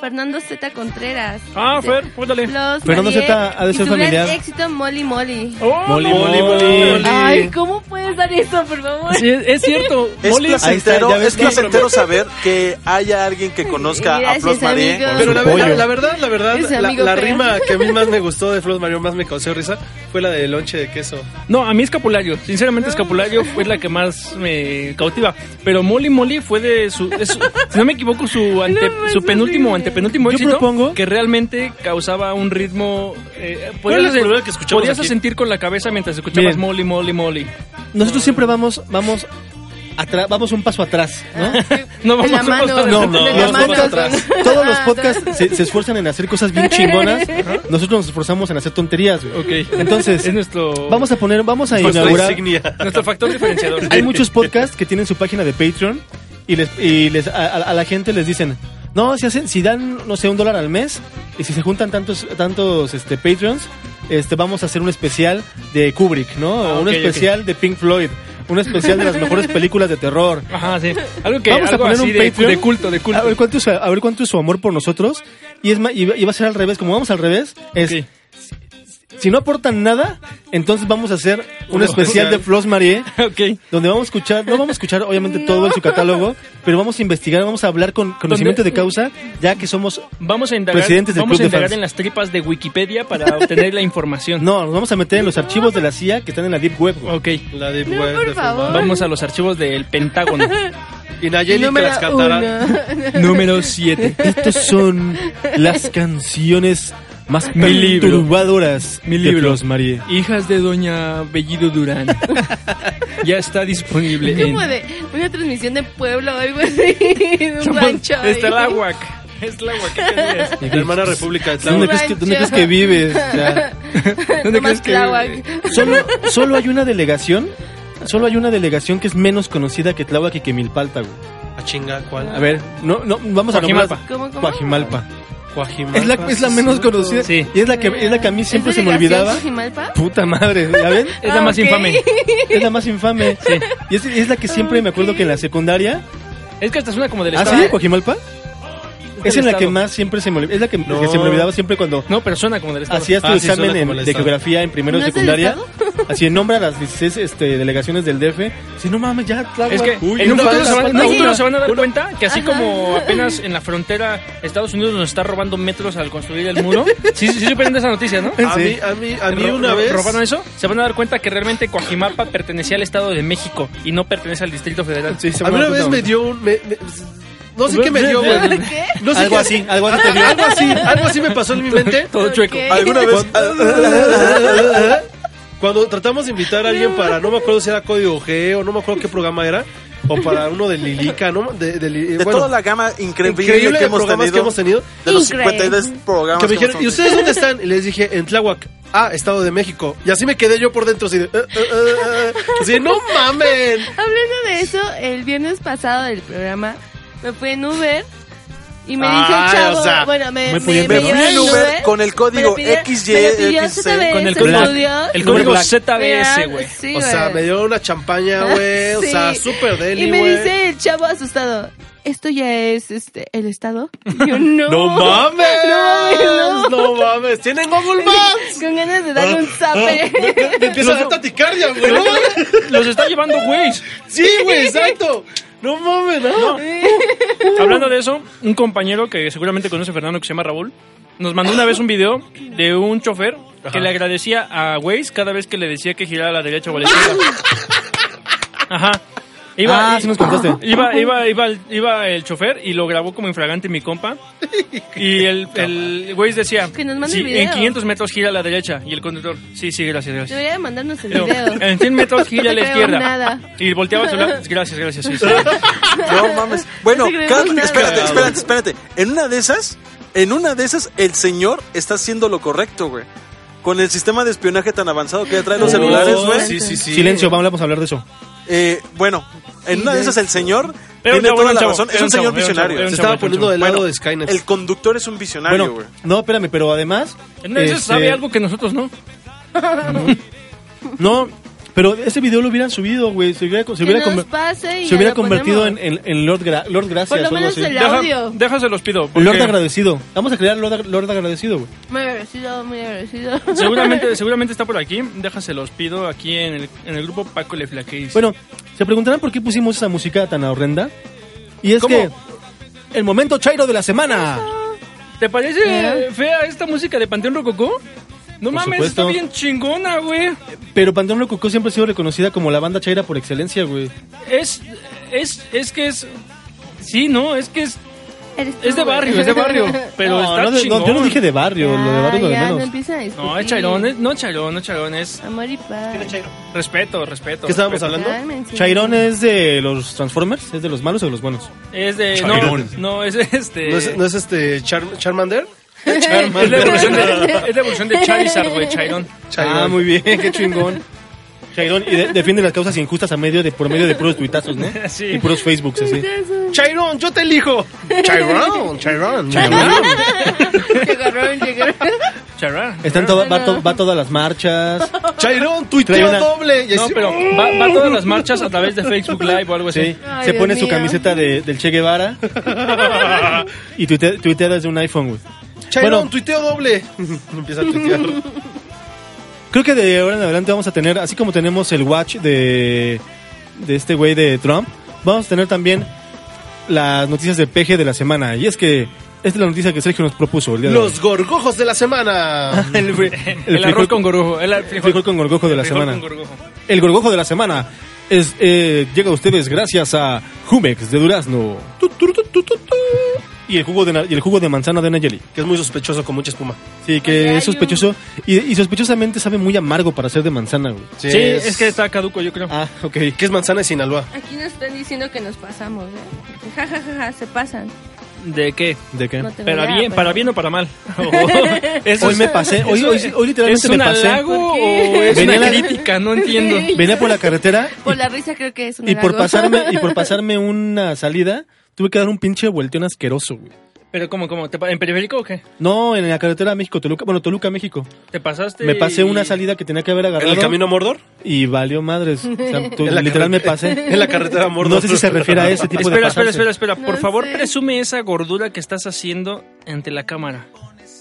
Fernando Z Contreras. Este,
Ah, Fer, cuéntale.
Los
Fernando
Mariel
Zeta ha de
y
ser
su gran
familiar.
éxito Molly Molly.
Oh,
Molly,
no.
Molly, Molly.
Ay, ¿cómo puedes dar eso, por favor?
Sí, es, es cierto.
Es
Molly es-
Ahí está,
placentero,
ya ves,
es
no, pero-
placentero saber que haya alguien que conozca a
Gracias,
Flos Marie.
amigo.
Pero la,
Pollo.
verdad, la verdad, la verdad,
Ese
la,
amigo
la
feo.
rima que a mí más me gustó de Flos Mario, más me causó risa, fue la de lonche de queso.
No, a mí escapulario. Sinceramente,
Ah.
escapulario fue la que más me cautiva. Pero Molly Molly fue de su. es su- si no me equivoco, su, ante- su penúltimo, antepenúltimo
Yo
éxito.
propongo-
Que realmente causaba un ritmo. Eh,
¿Cuál es el
podías-
problema que escuchamos
Podías
aquí?
sentir con la cabeza mientras escuchabas
Miren.
Molly Molly Molly.
Nosotros siempre vamos, vamos atra- vamos un paso atrás, ¿no?
No
En la mano,
a-
No,
en la
los
mano,
podcasts,
¿no?
todos los
Ah,
podcasts se, se esfuerzan en hacer cosas bien chingonas. Nosotros nos esforzamos en hacer tonterías, güey.
Ok.
Entonces,
es nuestro,
Vamos a poner, vamos a
Nuestra
inaugurar.
Pues insignia.
nuestro factor diferenciador.
Hay muchos podcasts que tienen su página de Patreon y les, y les a, a- a la gente les dicen, no, si hacen, si dan, no sé, un dólar al mes, y si se juntan tantos, tantos este Patreons, este vamos a hacer un especial de Kubrick, ¿no?
Ah,
un
ok, ok.
especial de Pink Floyd, un especial de las mejores películas de terror.
Ajá, sí. Algo que
Vamos a
algo
poner
así
un
de,
Patreon.
de culto, de culto.
A ver cuánto es, a ver cuánto es su amor por nosotros. Y es ma- y, va- y va a ser al revés, como vamos al revés, es
Ok.
si no aportan nada, entonces vamos a hacer un
Un
especial
especial.
de Flos Marie.
Ok.
donde vamos a escuchar, no vamos a escuchar obviamente todo en su catálogo, pero vamos a investigar, vamos a hablar con conocimiento de causa, ya que somos...
Vamos a indagar,
Presidentes del
vamos
Club
a
de
indagar
Fans.
en las tripas de Wikipedia para obtener la información.
No, nos vamos a meter en los archivos de la CIA que están en la Deep Web. güey.
Ok.
La de
No, por favor.
Vamos a los archivos del Pentágono.
Y Nayeli
Número
Tlaxcatara.
uno.
Número 7.
Estas son las canciones más
Mi libro.
perturbadoras
Mi
de
libro.
Flos Marie.
Hijas de Doña Bellido Durán. ya está disponible en...
Como de una transmisión de pueblo o algo así. de un
Somos-
rancho. ahí.
Es Tláhuac. Es Tláhuac. ¿qué crees?
Mi hermana República de
¿Dónde
Tlaxcala.
crees, que, dónde crees que vives? O sea,
¿Dónde crees
Nomás
que-
Tláhuac.
solo, solo hay una delegación, solo hay una delegación que es menos conocida que Tláhuac y que Milpalta, güey.
A chinga, ¿cuál?
A ver, no, no, vamos a nombrar...
Coajimalpa.
¿Cómo, cómo?
Coajimalpa.
Cuajimalpa.
Es la, es la menos conocida.
Sí.
Y es la que, es la que a mí siempre
¿Es
se me
delegación
olvidaba.
Cojimalpa?
Puta madre, ¿la ven?
Es la
Ah,
más
ok.
infame.
Es la más infame. Y es, es la que siempre me acuerdo que en la secundaria.
Es que esta es una como del
¿Ah,
Estado.
sí? ¿Coajimalpa?
del
Es en la
estado.
que más siempre se me olvidaba. Es la que,
No.
que se me olvidaba siempre cuando
No, pero suena como del Estado.
hacías tu
Ah, sí, suena
examen
como
en-
el
de
estado.
geografía en primero de
¿No es del
secundaria. Así en nombra a las 16 este, delegaciones del DF. Si no mames, ya. Tláhuac.
Es que
Uy,
en un
no,
futuro
falta,
se van, en
falta
un futuro
uno.
se van a dar cuenta que así
Ajá.
como apenas en la frontera Estados Unidos nos está robando metros al construir el muro. Sí, sí, sí supieron de esa noticia, ¿no?
A mí, a mí, a mí
Ro-
una
ro-
vez.
¿Robaron eso? Se van a dar cuenta que realmente Coajimapa pertenecía al Estado de México y no pertenece al Distrito Federal.
Sí, se
A mí
van
una
dar
vez
cuenta.
me dio un. me- me- no sé qué me dio, güey.
¿Qué?
No sé
Algo
qué-
así, algo así te dio.
Algo así, algo así me pasó en mi mente.
Todo chueco.
Ok.
¿Alguna vez?
Cuando tratamos de invitar a alguien para, no me acuerdo si era Código G o no me acuerdo qué programa era, o para uno de Lilica, ¿no? De, de Li-
De
bueno,
toda la gama increíble,
increíble
que
de
hemos
programas
tenido.
que hemos tenido.
De los
Increíble.
52 programas
Que me
que
dijeron, ¿y
hemos tenido.
ustedes dónde están? Y les dije, en Tláhuac. Ah, Estado de México. Y así me quedé yo por dentro, así de... "Eh, eh, eh, eh". Así de, no mamen.
Hablando de eso, el viernes pasado del programa me fui en Uber y me dijo
Ay,
el chavo,
o sea,
bueno, me,
me
me,
fui en
me
Uber.
llevaron
Fui en Uber con el código XY,
me lo pidió
XC.
ZBS
Con el código-
Studios.
El
Muy
código
black.
ZBS,
Mira,
güey.
sí,
O sea,
güey.
me dieron una champaña, güey. O
Sí.
sea, súper deli,
Y me
güey.
dice el chavo asustado, ¿esto ya es este el estado? Y yo, no.
¡No mames!
No mames, no.
¡No mames! ¡Tienen Google Maps!
Con ganas de darle un zape.
Me, me empieza a dar taquicardia, güey. No mames.
Los está llevando güey.
Sí, güey, exacto. No mames, ¿no? Eh,
Hablando de eso, un compañero que seguramente conoce Fernando que se llama Raúl nos mandó una vez un video de un chofer que le agradecía a Waze cada vez que le decía que girara a la derecha o a la izquierda. Ajá. Iba,
Ah, sí nos contaste.
Iba, iba, iba, el- iba el chofer y lo grabó como infragante mi compa. Y el, el Waze decía:
Que nos mande
"Sí,
el video".
En 500 metros gira a la derecha. Y el conductor: Sí, sí, gracias, gracias.
Debería de mandarnos el
Pero,
video.
en 100 metros gira Eh, a la
No creo
izquierda.
nada.
Y volteaba el celular. Gracias, gracias. sí, sí".
"Ah".
No mames. Bueno,
No te creo
cada-
nada.
espérate, espérate, espérate. En una de esas, en una de esas, el señor está haciendo lo correcto, güey. Con el sistema de espionaje tan avanzado que ya traen los
Oh,
celulares, güey.
sí, sí,
Silencio, vamos a hablar de eso.
Eh, bueno, en una de esas el señor
Era un
tiene
chavo, era
toda
un
la
chavo,
razón. Es
era
un
un chavo,
señor
era un
visionario.
chavo,
Se
era
estaba
chavo,
poniendo del lado
Bueno,
de Skynet.
El conductor es un visionario,
Bueno,
güey.
no, espérame, pero además.
En una de esas
este,
sabe algo que nosotros no.
No, pero ese video lo hubieran subido, güey. Se hubiera, se
Que
hubiera
nos
conver-
pase y
se
ya
hubiera
lo
convertido en,
ponemos.
en, en Lord, Gra- Lord Gracias
Por lo
o algo
menos
así.
el- audio.
déjase los pido. porque
Lord Agradecido. Vamos a crear Lord, Lord Agradecido, güey.
Muy agradecido, muy agradecido.
Seguramente, seguramente está por aquí. Déjase los pido aquí en el, en el grupo Paco Le Flaqueis.
Bueno, se preguntarán por qué pusimos esa música tan horrenda. Y es
¿Cómo?
que. El momento chairo de la semana.
¿te parece fea esta música de Panteón Rococó? No
Por
mames,
supuesto.
está bien chingona, güey.
Pero Panteón Rococó siempre ha sido reconocida como la banda chaira por excelencia, güey.
Es, es, es que es. Sí, no, es que es.
Eres tú,
Es de
güey.
barrio, es de barrio. Pero
No,
está
no, de- no,
chingón.
yo no dije de barrio, lo de barrio es lo de
Ah, ya,
menos.
no empiezan a discutir.
No, es Chairón, es- no Chairón, no Chairón, es
Amor y paz.
respeto, respeto.
¿Qué estábamos
respeto.
hablando?
Cálmense.
Chairón es de los Transformers, es de los malos o de los buenos.
Es de.
Chairón.
No, no, es este.
¿No es, no es este Char- Charmander?
Es la evolución de, es la evolución de Charizard, güey, Chairón.
Ah, muy bien, qué chingón. Chairón y de- defiende las causas injustas a medio de, por medio de puros tuitazos, ¿no?
Sí.
Y puros Facebooks así.
Chiron, yo te elijo. Chiron, Chiron.
Llegaron, llegaron.
Chairón.
Están to- va, to- va a todas las marchas.
Chiron, tuiteo
Trae una-
doble. Y
No,
así-
pero va, va a todas las marchas a través de Facebook Live o algo así.
Sí.
Ay,
Se
Dios
pone su
mío.
camiseta de- del Che Guevara. y tuitea, tuitea desde un iPhone, güey.
Chiron,
Bueno.
tuiteo doble. Empieza a tuitear.
Creo que de ahora en adelante vamos a tener, así como tenemos el watch de, de este güey de Trump, vamos a tener también las noticias de PG de la semana. Y es que esta es la noticia que Sergio nos propuso el día de hoy.
Los gorgojos de la semana.
el, fri-
El,
frijol-
arroz con gorgojo. El ar-
el frijol con gorgojo de la
frijol
semana.
con gorgojo.
El gorgojo de la semana es, eh, llega a ustedes gracias a Jumex de Durazno. Tu, tu, tu, tu, tu, tu. Y el jugo de, na- y el jugo de manzana de Nayeli.
Que es muy sospechoso con mucha espuma.
Sí,
Oye,
que
hay
es sospechoso. Y, y sospechosamente sabe muy amargo para ser de manzana, güey.
Sí, es que está caduco, yo creo.
Ah, ok.
Que es manzana de Sinaloa.
Aquí nos están diciendo que nos pasamos, ¿eh? Ja, ja, ja, ja, se pasan.
¿De qué?
¿De qué?
No tengo
Para
idea,
bien,
pero-
para bien o para mal. Oh, Eso
Hoy
es-
me pasé, hoy,
eso
hoy,
es-
hoy literalmente
¿Es un
me pasé.
halago
¿Por
o
qué?
es
Venía
una
la-
crítica? No entiendo.
Venía por la carretera
Por la risa creo que es un
y por
halago.
pasarme y por pasarme una salida tuve que dar un pinche volteón asqueroso, güey.
Pero ¿cómo, cómo? ¿Te pa- ¿En periférico o qué?
No, en la carretera México Toluca, bueno, Toluca México.
¿Te pasaste?
Me pasé
y-
una salida que tenía que haber
¿En
agarrado
el camino a Mordor?
y valió madres. O sea, tú-
En la
literal me
carre-
pasé.
En la carretera a Mordor.
No sé si se refiere a ese tipo de
Espera, espera,
pasarse.
espera, espera. Por
No
favor,
sé.
presume esa gordura que estás haciendo ante la cámara.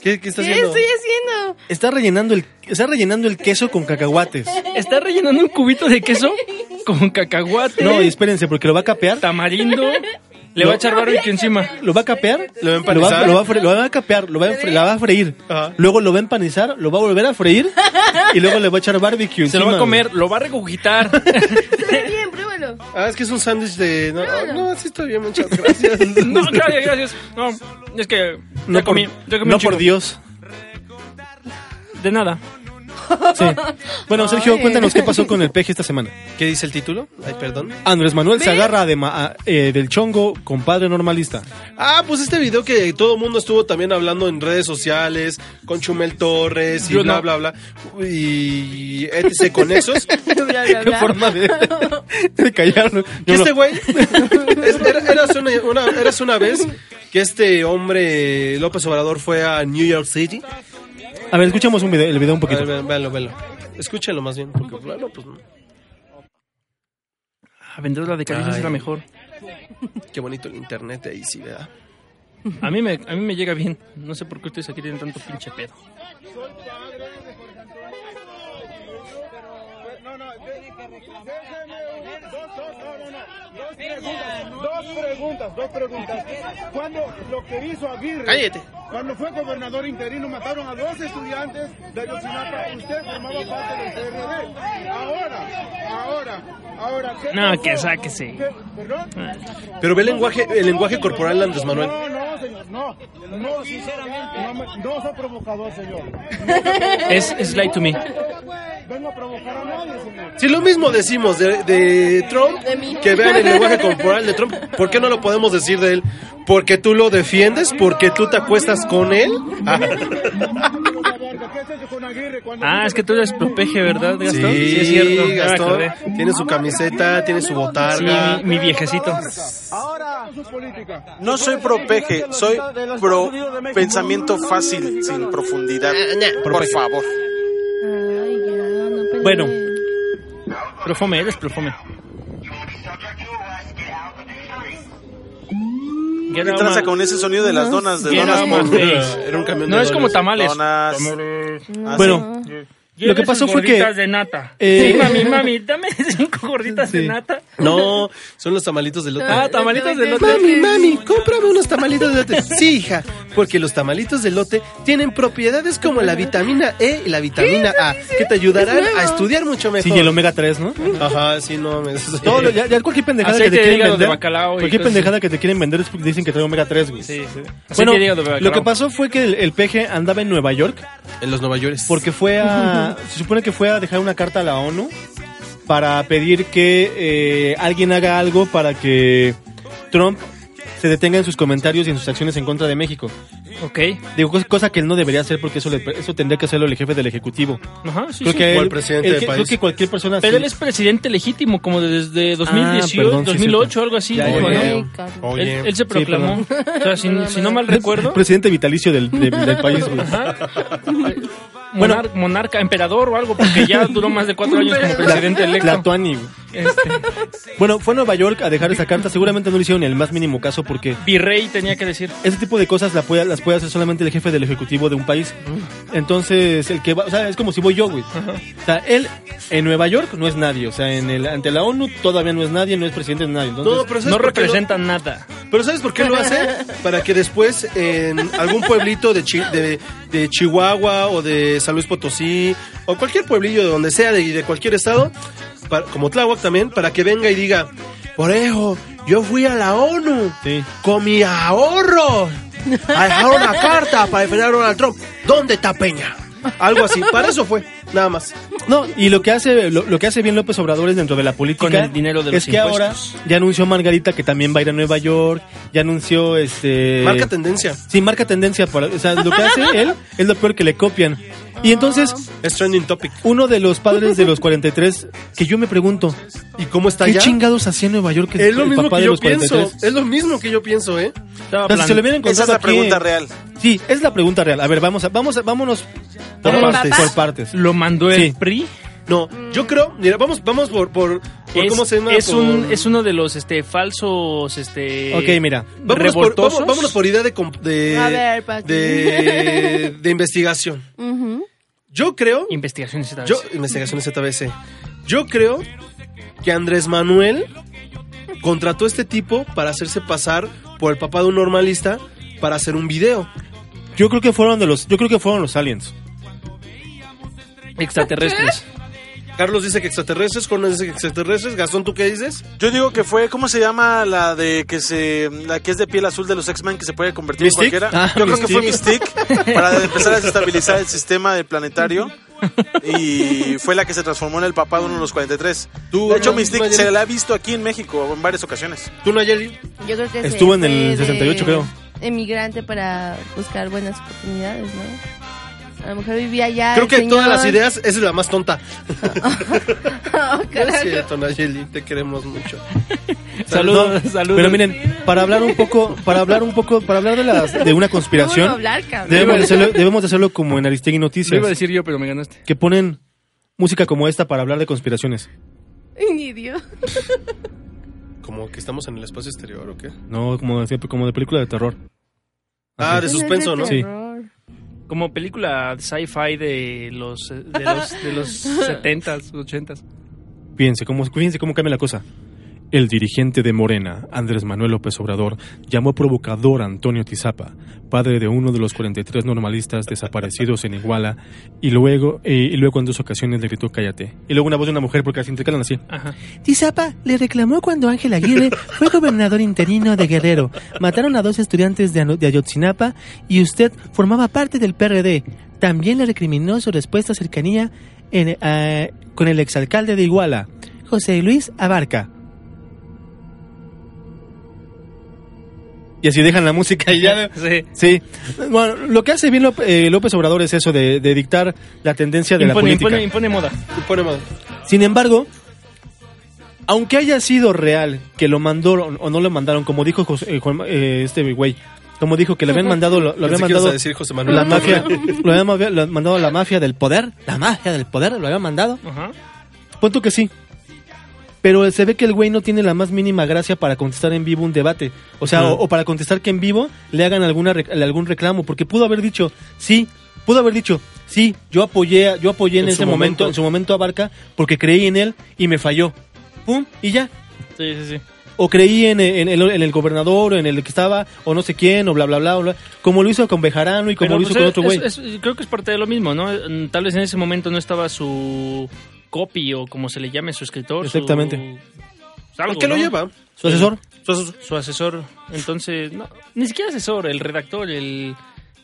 ¿Qué, qué está
¿Qué
haciendo?
estoy haciendo?
Está rellenando el está rellenando el queso con cacahuates.
Está rellenando un cubito de queso con cacahuate,
No, y espérense porque lo va a capear.
tamarindo, le va a echar barbecue encima.
Lo va a capear,
Lo va a
lo va,
empanizar.
lo va a fre- lo va a capear, lo va a, fre- la va a freír.
Ajá.
Luego lo va a empanizar, lo va a volver a freír y luego le va a echar barbecue.
Se lo va a
encima,
comer, lo va a regurgitar.
Está bien, pruébalo.
Ah, es que es un sándwich de... No, ah, no, sí está bien, muchas gracias.
No, gracias, gracias. No, es que
güey.
no
No, por,
comí, ya comí
no
un chingo.
por Dios.
De nada.
Sí. Bueno, Sergio,
Ay.
cuéntanos qué pasó con el peje esta semana.
¿Qué dice el título? Ay, perdón.
Ah, Andrés Manuel se agarra de ma- a- eh, del chongo, compadre normalista.
Ah, pues este video que todo el mundo estuvo también hablando en redes sociales, con Chumel Torres y
Yo
bla,
no.
bla, bla, y etc. con esos.
Bla, bla,
Qué
bla.
forma de, de callarlo.
Que
Yo
este
no-
güey, es- era, eras una, una- eras una vez que este hombre, López Obrador, fue a New York City.
A ver, escuchemos un video, el video un
A ver,
poquito.
vean- véanlo, véanlo. Escúchenlo más bien, porque bueno, pues no.
A vender la Ah, de Caricias
Ay.
era mejor.
qué bonito el internet ahí sí, ¿verdad?
A mí, me, a mí me llega bien. No sé por qué ustedes aquí tienen tanto pinche pedo.
eh, Dos preguntas, dos preguntas. Cuando lo que hizo Aguirre,
Cállate.
cuando fue gobernador interino, mataron a dos estudiantes de Ayotzinapa. Usted formaba parte del PRD. Ahora, ahora, ahora. ¿qué
No,
pasó?
que sáquese.
¿Qué? ¿Perdón?
Pero ve el lenguaje, el lenguaje corporal de Andrés Manuel.
No, no, señor, no. No, sinceramente. No, me- no soy provocador, señor.
Es, es Lie to Me.
Vengo a provocar a nadie, señor.
Si lo mismo decimos de, de Trump, que vean el lenguaje corporal de Trump, ¿por qué no lo podemos decir de él? ¿Porque tú lo defiendes? ¿Porque tú te acuestas con él? Ah,
A ver, ¿de ¿Qué se hizo con Aguirre? Cuando
Ah, es que tú eres propeje, ¿verdad,
sí,
Gastón? es cierto. ya me
Gastón.
acordé.
Tiene su camiseta, tiene su
Sí,
botarga.
mi, mi viejecito.
Ahora, su política.
No soy pro peje, soy pro pensamiento fácil, sin profundidad.
Ah,
Por favor.
Ay, ya, no pelees.
Bueno.
Profome, eres profome. Get
¿Qué
out
tranza
my-
con ese sonido de las donas? De
Get
donas
out
por-
my face.
Era un camión de
No es como
dólares.
tamales.
Donas. Ah,
Bueno,
Lléveme
que pasó
sus
fue que-
gorditas de nata.
Eh.
Sí, mami, mami, dame cinco gorditas de nata.
No, son los tamalitos de lote. Eh,
Ah, tamalitos de lote.
mami, mami, cómprame unos tamalitos de lote. Sí, hija. Porque los tamalitos de lote tienen propiedades como la vitamina E y la vitamina A, que te ayudarán a estudiar mucho
Sí, y el
mejor.
omega 3, ¿no?
Ajá, sí, no me.
Todo lo- ya, ya cualquier pendejada
Aceite
que
de
te quieren
hígado de
vender.
bacalao y
cualquier
cosas
pendejada que te quieren vender es porque dicen que trae omega 3, güey.
Sí, sí.
Bueno,
Aceite de hígado de
lo
bacalao.
que pasó fue que el, el peje andaba en Nueva York
En los Nueva York.
porque fue a. se supone que fue a dejar una carta a la ONU para pedir que eh, alguien haga algo para que Trump se detenga en sus comentarios y en sus acciones en contra de México.
Ok.
Digo, cos- cosa que él no debería hacer porque eso, le- eso tendría que hacerlo el jefe del Ejecutivo.
Ajá, sí,
creo
sí.
que
O el
él-
presidente
él-
del
que-
país.
Creo que cualquier persona...
Pero
sí-
él es presidente legítimo, como desde 2018,
Ah, perdón, sí,
2008, algo así.
Ya,
¿no?
ya, ya.
Ay,
Oye.
carnal.
Él,
Oye,
él se proclamó. o sea, si, si no mal recuerdo.
Presidente vitalicio del, de- del país, güey.
Bueno, monarca, emperador o algo, porque ya duró más de cuatro años como presidente electo.
Tlatuani, güey.
Este,
Bueno, fue a Nueva York a dejar esa carta. Seguramente no le hicieron el más mínimo caso porque
virrey tenía que decir.
ese tipo de cosas la puede- las puede hacer solamente el jefe del ejecutivo de un país. Entonces, el que va, o sea, es como si voy yo, güey. O sea, él en Nueva York no es nadie. O sea, en el, ante la ONU todavía no es nadie, no es presidente de nadie. Entonces,
No, pero ¿sabes
No
por qué
representa nada.
Pero ¿sabes por qué lo hace? Para que después en algún pueblito de, Chi- de, de Chihuahua o de San Luis Potosí o cualquier pueblillo de donde sea, de, de cualquier estado, para- como Tláhuac también, para que venga y diga, por eso yo fui a la ONU
Sí.
con mi ahorro a dejar una carta para defender a Donald Trump. ¿Dónde está Peña? Algo así, para eso fue, nada más.
No, y lo que hace lo, lo que hace bien López Obrador es dentro de la política
Con el dinero de los
es que
impuestos.
ahora ya anunció Margarita que también va a ir a Nueva York, ya anunció este
Marca tendencia,
Sí, marca tendencia para, o sea, lo que hace él es lo peor que le copian. Y entonces
es trending topic.
uno de los padres de los 43 que yo me pregunto,
¿Y cómo está
¿qué
allá?
chingados hacía en Nueva York
Es lo
el
mismo
papá
que
de
yo
los 43?
pienso, es lo mismo que yo pienso, ¿eh?
Estaba
O sea, si se lo
plan-
hubieran
Esa es
encontrado
la
aquí-
pregunta real.
Sí, es la pregunta real. A ver, vamos a, vamos a, vámonos por
¿El
partes.
papá?
Por partes.
Lo mandó el
Sí.
PRI.
No,
Mm.
yo creo, mira, vamos, vamos por, por, por
Es,
cómo se llama.
es
por-
un, es uno de los este, falsos. Este,
Ok, mira.
vámonos por,
revoltosos.
vamos- vámonos por idea de, comp- de,
A ver, Pati.
de, de investigación.
Ujú.
Yo creo,
Investigaciones esta vez.
yo, investigaciones ZBC, yo creo que Andrés Manuel contrató a este tipo para hacerse pasar por el papá de un normalista para hacer un video.
Yo creo que fueron de los, yo creo que fueron los aliens.
Extraterrestres.
Carlos dice que extraterrestres, Conan dice que extraterrestres, Gastón, ¿tú qué dices?
Yo digo que fue, ¿cómo se llama la de que se, la que es de piel azul de los X-Men que se puede convertir
¿Mystique?
en cualquiera?
Ah,
Yo creo que fue Mystique para empezar a desestabilizar el sistema del planetario y fue la que se transformó en el papá de uno de los 43.
Tú,
de hecho,
no,
Mystique
Mayeli.
se la ha visto aquí en México en varias ocasiones.
¿Tú, Nayeli?
Yo creo que se
Estuvo en el
fue de
68 creo.
Emigrante para buscar buenas oportunidades, ¿no? A lo mejor vivía allá.
Creo
el
que de todas
señor.
las ideas, esa es la más tonta.
Oh,
No es
carajo.
cierto, Nayeli, te queremos mucho.
Saludos,
No,
saludos.
Pero miren, para hablar un poco, para hablar un poco, para hablar de las, de una
¿Cómo no
conspiración,
hablar, cabrón?
debemos de hacerlo, debemos de hacerlo como en Aristegui
Lo iba a
Noticias,
decir yo, pero me ganaste.
que ponen música como esta para hablar de conspiraciones.
Ni Dios.
Como que estamos en el espacio exterior, ¿o qué?
No, como de, como de película de terror.
Ah, de
Pues es
suspenso, ¿no?
Sí.
terror.
Como película sci-fi de los, eh, de los, de los 70s, 80s.
Fíjense cómo, fíjense cómo cambia la cosa. El dirigente de Morena, Andrés Manuel López Obrador, llamó provocador a Antonio Tizapa, padre de uno de los 43 normalistas desaparecidos en Iguala, y luego, eh, y luego en dos ocasiones le gritó cállate. Y luego una voz de una mujer, porque así intercalan así.
Ajá.
Tizapa le reclamó cuando Ángel Aguirre fue gobernador interino de Guerrero. Mataron a dos estudiantes de, Ano- de Ayotzinapa y usted formaba parte del PRD. También le recriminó su respuesta cercanía en, eh, con el exalcalde de Iguala, José Luis Abarca.
Y así dejan la música y ya.
Sí.
Sí. Bueno, lo que hace bien López, eh, López Obrador es eso de, de dictar la tendencia de
Impone,
la política.
impone, impone moda.
Y pone más.
Sin embargo, aunque haya sido real que lo mandaron o no lo mandaron, como dijo José- eh, Juan- eh, este güey, como dijo que le habían mandado, lo, lo
Pensé
habían
que ibas
mandado
a decir José Manuel.
la mafia, lo habían mafi- lo habían mandado la mafia del poder, la mafia del poder, lo habían mandado.
Ajá.
Punto que sí. Pero se ve que el güey no tiene la más mínima gracia para contestar en vivo un debate. O sea, o, o para contestar que en vivo le hagan alguna rec- algún reclamo. Porque pudo haber dicho, sí, pudo haber dicho, sí, yo apoyé, a- yo apoyé en,
En
ese
su
momento,
momento.
en su momento a Barca, porque creí en él y me falló. Pum, y ya.
Sí, sí, sí.
o creí en, en- en el, en el gobernador, o en el que estaba, o no sé quién, o bla, bla, bla, bla, como lo hizo con Bejarano y como
Pero,
lo hizo
pues,
con
es-
otro güey.
es- es- creo que es parte de lo mismo, ¿no? Mm, Tal vez en ese momento no estaba su copy o como se le llame su escritor. su-
Exactamente.
pues, algo,
¿Por qué lo
¿no?
lleva?
Su asesor.
Su, as- su asesor. Entonces, no, ni siquiera asesor, el redactor, el,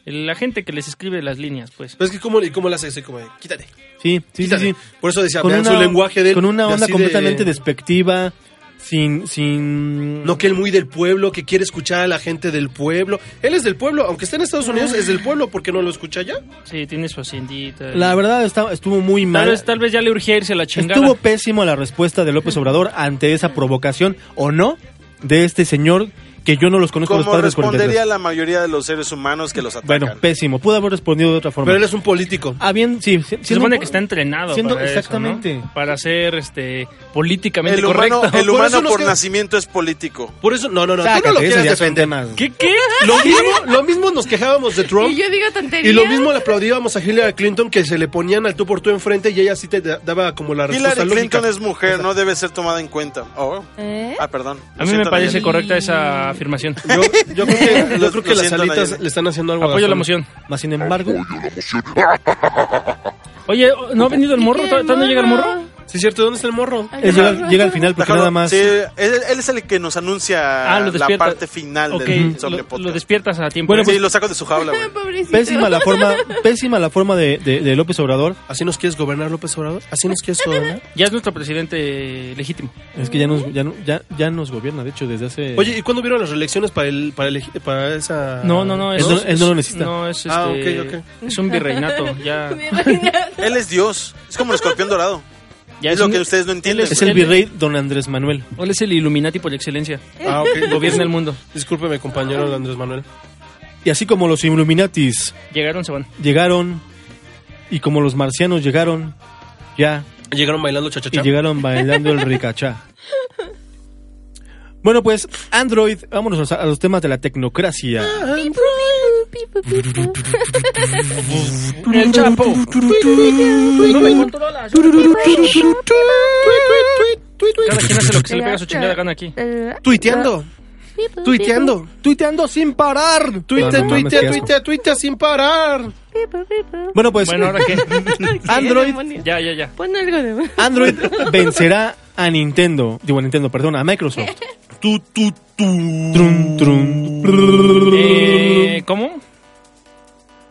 el agente que les escribe las líneas, pues.
Pero es que como, y como le hace así, como, de, quítate,
Sí, sí, sí,
quítate.
sí.
Por eso decía, vean su lenguaje de él,
con una
de
onda
así de-
completamente despectiva, sin, sin...
No que él muy del pueblo, que quiere escuchar a la gente del pueblo. Él es del pueblo, aunque esté en Estados Unidos, es del pueblo porque no lo escucha ya.
Sí, tiene su haciendita.
La verdad está- estuvo muy
tal,
mal.
vez, tal vez ya le urgía irse a la chingada.
Estuvo pésimo la respuesta de López Obrador ante esa provocación, o no, de este señor que yo no los conozco los
Como
padres 43.
respondería la mayoría de los seres humanos que los atacan.
Bueno, pésimo. Pudo haber respondido de otra forma.
Pero él es un político.
Ah, bien, sí. si-
Se
siendo
supone
un po-
que está entrenado
siendo-
para eso,
exactamente.
¿no? Para ser este políticamente
el humano,
correcto.
el
Por
humano
eso
por,
nos queda-
nacimiento es político.
Por eso, no, no, no, tú
Sácate,
no lo
esos
quieres
ya son
defender.
temas.
¿Qué qué?
Lo mismo, lo mismo nos quejábamos de Trump.
Y yo digo tonterías.
Y lo mismo le aplaudíamos a Hillary Clinton que se le ponían al tú por tú enfrente y ella sí te da- daba como la respuesta
Hillary
lógica.
Clinton es mujer, no debe ser tomada en cuenta. Oh.
¿Eh?
Ah, perdón.
A mí me
Siento,
parece
Nayeli.
correcta esa afirmación.
Yo, yo creo que, yo
Lo-
creo que
lo
las
siento,
alitas
Nayeli.
le están haciendo algo. a
Apoyo la
Trump.
moción.
Más sin embargo,
Oye, ¿no ha venido el morro?
¿Qué,
¿Todavía todavía no llega el morro?
Sí, cierto, ¿dónde está el morro?
él llega, llega al final porque
Déjalo,
nada más.
Sí, él, él es el que nos anuncia
Ah, lo
la
despierta.
parte final
Ok,
del
lo,
Sable
lo
Podcast.
despiertas a tiempo.
Bueno,
¿eh?
sí, lo saco de su jaula, güey.
Pobrecito.
Pésima la forma, pésima la forma de, de- de López Obrador.
¿Así nos quieres gobernar, López Obrador? ¿Así nos quieres gobernar?
ya es nuestro presidente legítimo.
Es que ya nos, ya, no- ya, ya nos gobierna, de hecho, desde hace.
Oye, ¿y cuándo vieron las reelecciones para el, para elegir- para
Ah.
esa?
No, no, no.
Él no- él no lo necesita.
No, es,
Ah,
este,
ok, ok.
es un virreinato. Ya,
Él es Dios. Es como el escorpión dorado.
ya
es, lo
un-
que ustedes no entienden.
es el
él-
virrey don Andrés Manuel.
Él es el Illuminati por excelencia.
Ah, ok.
Gobierna el mundo.
Discúlpeme, compañero Andrés Manuel.
Y así como los Illuminatis
Llegaron, se van.
llegaron, y como los marcianos llegaron, ya
Llegaron bailando chachachá.
y llegaron bailando el ricachá. Bueno, pues Android, vámonos a los- a los temas de la tecnocracia.
Ah,
El Chapo. Pues, No me controlas. Cada quien hace lo que se le pega a su chingada gana aquí.
Tuiteando. Tuiteando.
Tuiteando sin parar.
Tuitea,
No, no mames, qué
tuitea,
asco.
tuitea, tuitea sin parar.
Bueno, pues
Bueno, ahora qué.
Android,
Ya, ya, ya.
Pon algo de.
Android vencerá a Nintendo. Digo, a Nintendo, perdón, a Microsoft.
Tu, tu, tu.
Trun, trun.
Eh, ¿Cómo?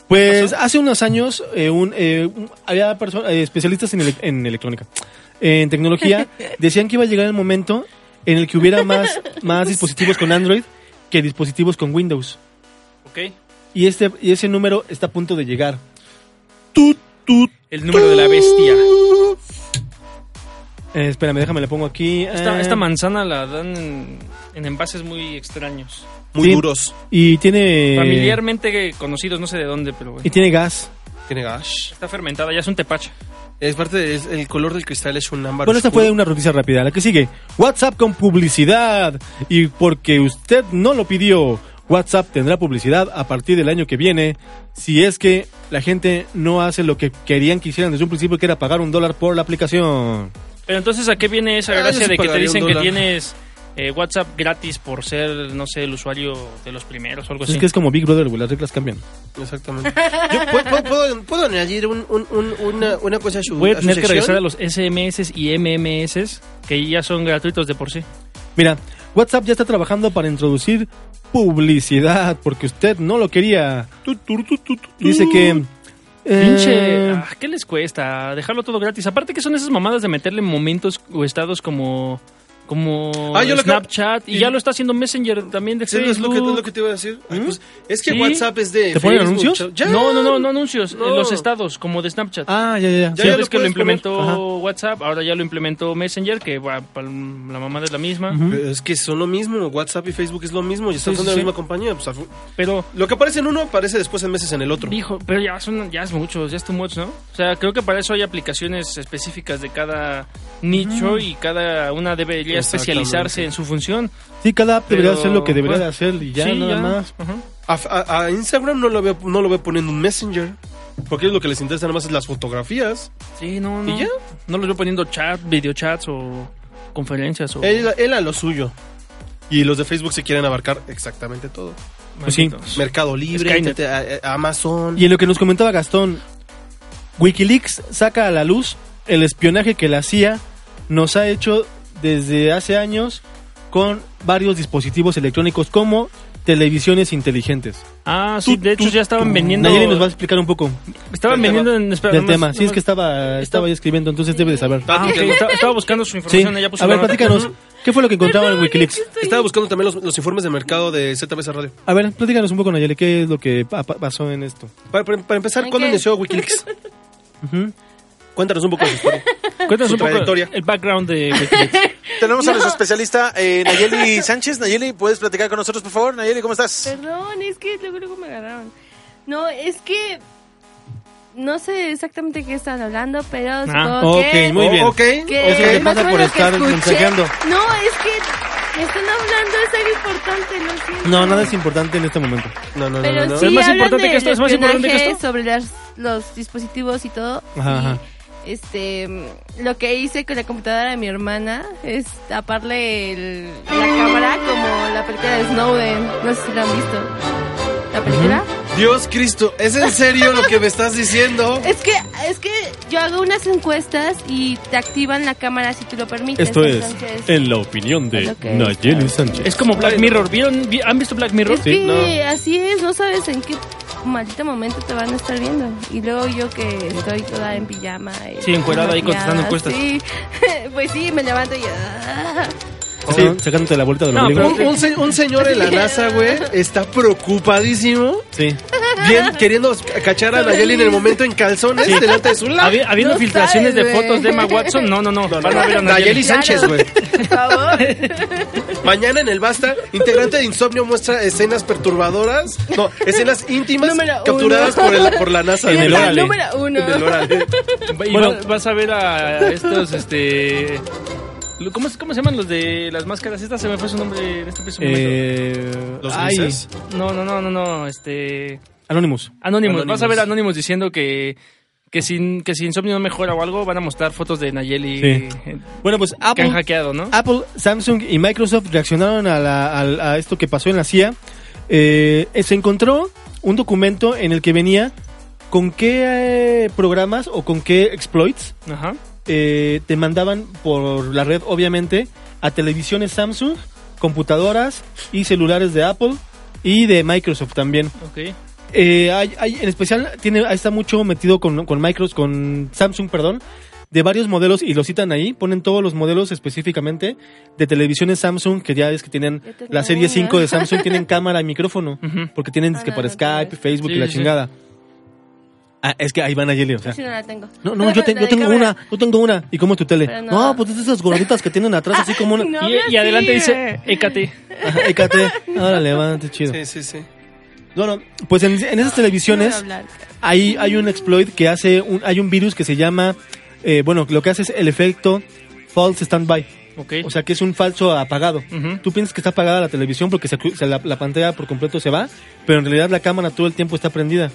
Pues hace unos años eh, un, eh, un- había perso- eh, especialistas en, ele- en electrónica, en tecnología, decían que iba a llegar el momento en el que hubiera más, más dispositivos con Android que dispositivos con Windows.
Ok.
Y, este, y ese número está a punto de llegar.
El número de la bestia.
Eh, espérame, déjame, le pongo aquí.
Esta,
eh,
esta manzana la dan en, en envases muy extraños.
Muy
Sí.
duros.
Y
Eh,
tiene...
Familiarmente conocidos, no sé de dónde, pero bueno.
Y tiene gas.
Tiene gash.
Está fermentada, ya es un tepache.
Es parte del el color del cristal es un ámbar.
Bueno, esta
oscuro.
fue una noticia rápida. La que sigue. WhatsApp con publicidad. Y porque usted no lo pidió, WhatsApp tendrá publicidad a partir del año que viene. Si es que la gente no hace lo que querían que hicieran desde un principio, que era pagar un dólar por la aplicación.
Pero entonces, ¿a qué viene esa
Ah, yo
gracia
sí
de que te
pagaría un
dicen que
dólar.
tienes eh, WhatsApp gratis por ser, no sé, el usuario de los primeros o algo así?
Es que es como Big Brother, güey. Las reglas cambian.
Exactamente. Yo pu- pu- puedo, puedo añadir un- un- un- una, una cosa a su,
Voy a
a su
tener que regresar
sección?
a los SMS y MMS que ya son gratuitos de por sí.
Mira, WhatsApp ya está trabajando para introducir publicidad porque usted no lo quería. Dice que. eh,
Pinche, ah, ¿qué les cuesta? Dejarlo todo gratis. Aparte, que son esas mamadas de meterle momentos o estados como como
Ah, yo lo acabo-
Snapchat? Y
y-
ya lo está haciendo Messenger también de
Sí, es lo, que, es
Facebook. ¿Mm?
lo que te iba a decir. Ay, pues, es que
Sí.
WhatsApp es de.
¿Te ponen
Facebook,
anuncios?
chao. Ya.
No, no, no, no anuncios. eh,
No.
Los estados, como de Snapchat.
Ah, ya, ya, ya.
Ya,
Sí, es
ya lo
que lo
puedes poner.
implementó
Ajá.
WhatsApp, ahora ya lo implementó Messenger, que va, pa- la mamada es la misma.
Pero es que son lo mismo. WhatsApp y Facebook es lo mismo. Y están
Sí,
usando
sí,
la
sí.
misma compañía. Pues, al-
Pero,
lo que aparece en uno aparece después en meses en el otro.
dijo, pero ya, son, ya es mucho, ya es too much, ¿no? O sea, creo que para eso hay aplicaciones específicas de cada nicho y cada una debería
Exactamente.
especializarse en su función.
Sí, cada app debería
Pero,
hacer lo que debería
pues,
de hacer y ya
Sí,
nada
ya.
más.
Ajá.
A, a- a Instagram no lo, veo, no lo veo poniendo un Messenger. Porque es lo que les interesa nada más es las fotografías.
Sí, no, no.
¿Y ya?
Eh,
No los veo poniendo chat, videochats o conferencias o...
Él, él a lo suyo. Y los de Facebook se quieren abarcar exactamente todo.
Pues sí.
Malditos.
Mercado Libre,
Skynet.
TT, a- a- Amazon.
Y en lo que nos comentaba Gastón, Wikileaks saca a la luz el espionaje que la CIA nos ha hecho desde hace años con varios dispositivos electrónicos como televisiones inteligentes.
Ah, sí,
Tú,
de hecho
tú,
ya estaban
tú.
vendiendo.
Nayeli nos va a explicar un poco
Estaban
del
vendiendo en. espera,
del
nomás-
tema. Sí, es que estaba, estaba ahí escribiendo, entonces debe de saber.
Ah, ok,
Platícanos.
estaba, estaba buscando su
Sí.
información. ella puso
A ver,
la nota.
platícanos. ¿Qué fue lo que encontraban en Wikileaks?
Estaba buscando también los, los informes de mercado de ZBC Radio.
A ver, platícanos un poco, Nayeli, ¿qué es lo que pa- pa- pasó en esto?
Para, para- para empezar,
Ok.
¿cuándo inició Wikileaks?
Ujú.
Cuéntanos un poco de su historia.
Cuéntanos
su
un poco
trayectoria.
el background de Wikileaks.
Tenemos a nuestra especialista, eh, Nayeli Sánchez. Nayeli, ¿puedes platicar con nosotros, por favor? Nayeli, ¿cómo estás?
Perdón, es que luego, luego me agarraron. No, es que no sé exactamente qué están hablando, pero
Ah,
supongo que...
Ah, ok, muy bien.
Ok,
que
Eso te
más
pasa
o
por
menos que
estar
escuché.
mensajeando.
No, es que están hablando, es algo importante, lo siento.
No, nada es importante en este momento.
No, no, no.
Pero
no, no.
sí
¿Es más
hablan
importante
de-
que esto?
de
¿Es más importante que
espionaje
esto?
sobre las- los dispositivos y todo.
Ajá,
y
ajá.
este mm, lo que hice con la computadora de mi hermana es taparle el- la cámara como la película de Snowden. No sé si la han visto. ¿La película?
Dios Cristo, ¿es en serio lo que me estás diciendo?
Es que es que yo hago unas encuestas y te activan la cámara si tú lo permites.
Esto es
entonces-
En la opinión de
Ok.
Nayeli Sánchez.
Oh. Es como Black Mirror. ¿Vieron, vi- ¿Han visto Black Mirror?
Es que así es, no sabes en qué maldito momento te van a estar viendo. Y luego yo que estoy toda en pijama. y
Sí, encuerada ahí
maquillada,
contestando encuestas.
Sí, pues sí, me levanto y... ah.
Sí, sacándote la vuelta del
No,
ombligo.
Un, un se- un señor en la NASA, güey, está preocupadísimo,
Sí.
bien queriendo cachar a Nayeli en el momento en calzones delante de su lado.
Habi- habiendo
No
filtraciones de
sabes, güey.
fotos de Emma Watson, no, no, no. Van a ver a
Nayeli
Nayeli.
Sánchez, güey.
Por favor.
Mañana en el Basta, integrante de Insomnio muestra escenas perturbadoras, no, escenas íntimas
Número uno.
capturadas por, el- por la NASA.
En el
güey.
La
Órale.
número uno.
En el Órale.
Y
Bueno.
va- vas a ver a estos, este. lo- ¿Cómo, se- ¿Cómo se llaman los de las máscaras? Esta se me fue su nombre en este preciso momento.
Eh,
¿Los
ay,
grises?
No, no, no, no, no. Este.
Anonymous.
Anónimos.
Anonymous.
Vas a ver a Anónimos diciendo que. Que sin, que si Insomnio no mejora o algo, van a mostrar fotos de Nayeli
Sí.
eh,
Bueno, pues
que han
Apple,
hackeado, ¿no?
Apple, Samsung y Microsoft reaccionaron a, la- al- a esto que pasó en la CIA. Eh, eh, se encontró un documento en el que venía con qué eh, programas o con qué exploits
Ah.
Ajá.
eh, te mandaban por la red, obviamente, a televisiones Samsung, computadoras y celulares de Apple y de Microsoft también.
Ok.
Eh, hay, hay- en especial tiene, ahí está mucho metido con, con Micros, con Samsung, perdón, de varios modelos y lo citan ahí, ponen todos los modelos específicamente de televisiones Samsung, que ya ves que tienen
Yo tengo
la serie
una.
5 de Samsung, tienen cámara y micrófono,
Ujú.
porque tienen
Ah,
que
no,
por
no
Skype,
tienes.
Facebook
Sí,
y la
sí, sí.
chingada. Ah, es que ahí van a Yeli, o sea.
Sí, no la tengo.
No, no, yo, te-
La
yo
de
tengo
cámara.
una, yo tengo una. ¿Y cómo es tu tele?
Pero
No.
no.
pues es de esas gorditas que tienen atrás, así como una.
No,
Y,
habla
y adelante
así,
dice,
eh.
écate.
Ajá, écate. Ahora levante, chido.
Sí, sí, sí.
No, no, pues en, en esas televisiones.
No voy a hablar.
Hay, hay un exploit que hace, un, hay un virus que se llama, eh, bueno, lo que hace es el efecto false standby.
Ok.
O sea, que es un falso apagado.
Ujú.
Tú piensas que está apagada la televisión porque se, se la, la pantalla por completo se va, pero en realidad la cámara todo el tiempo está prendida.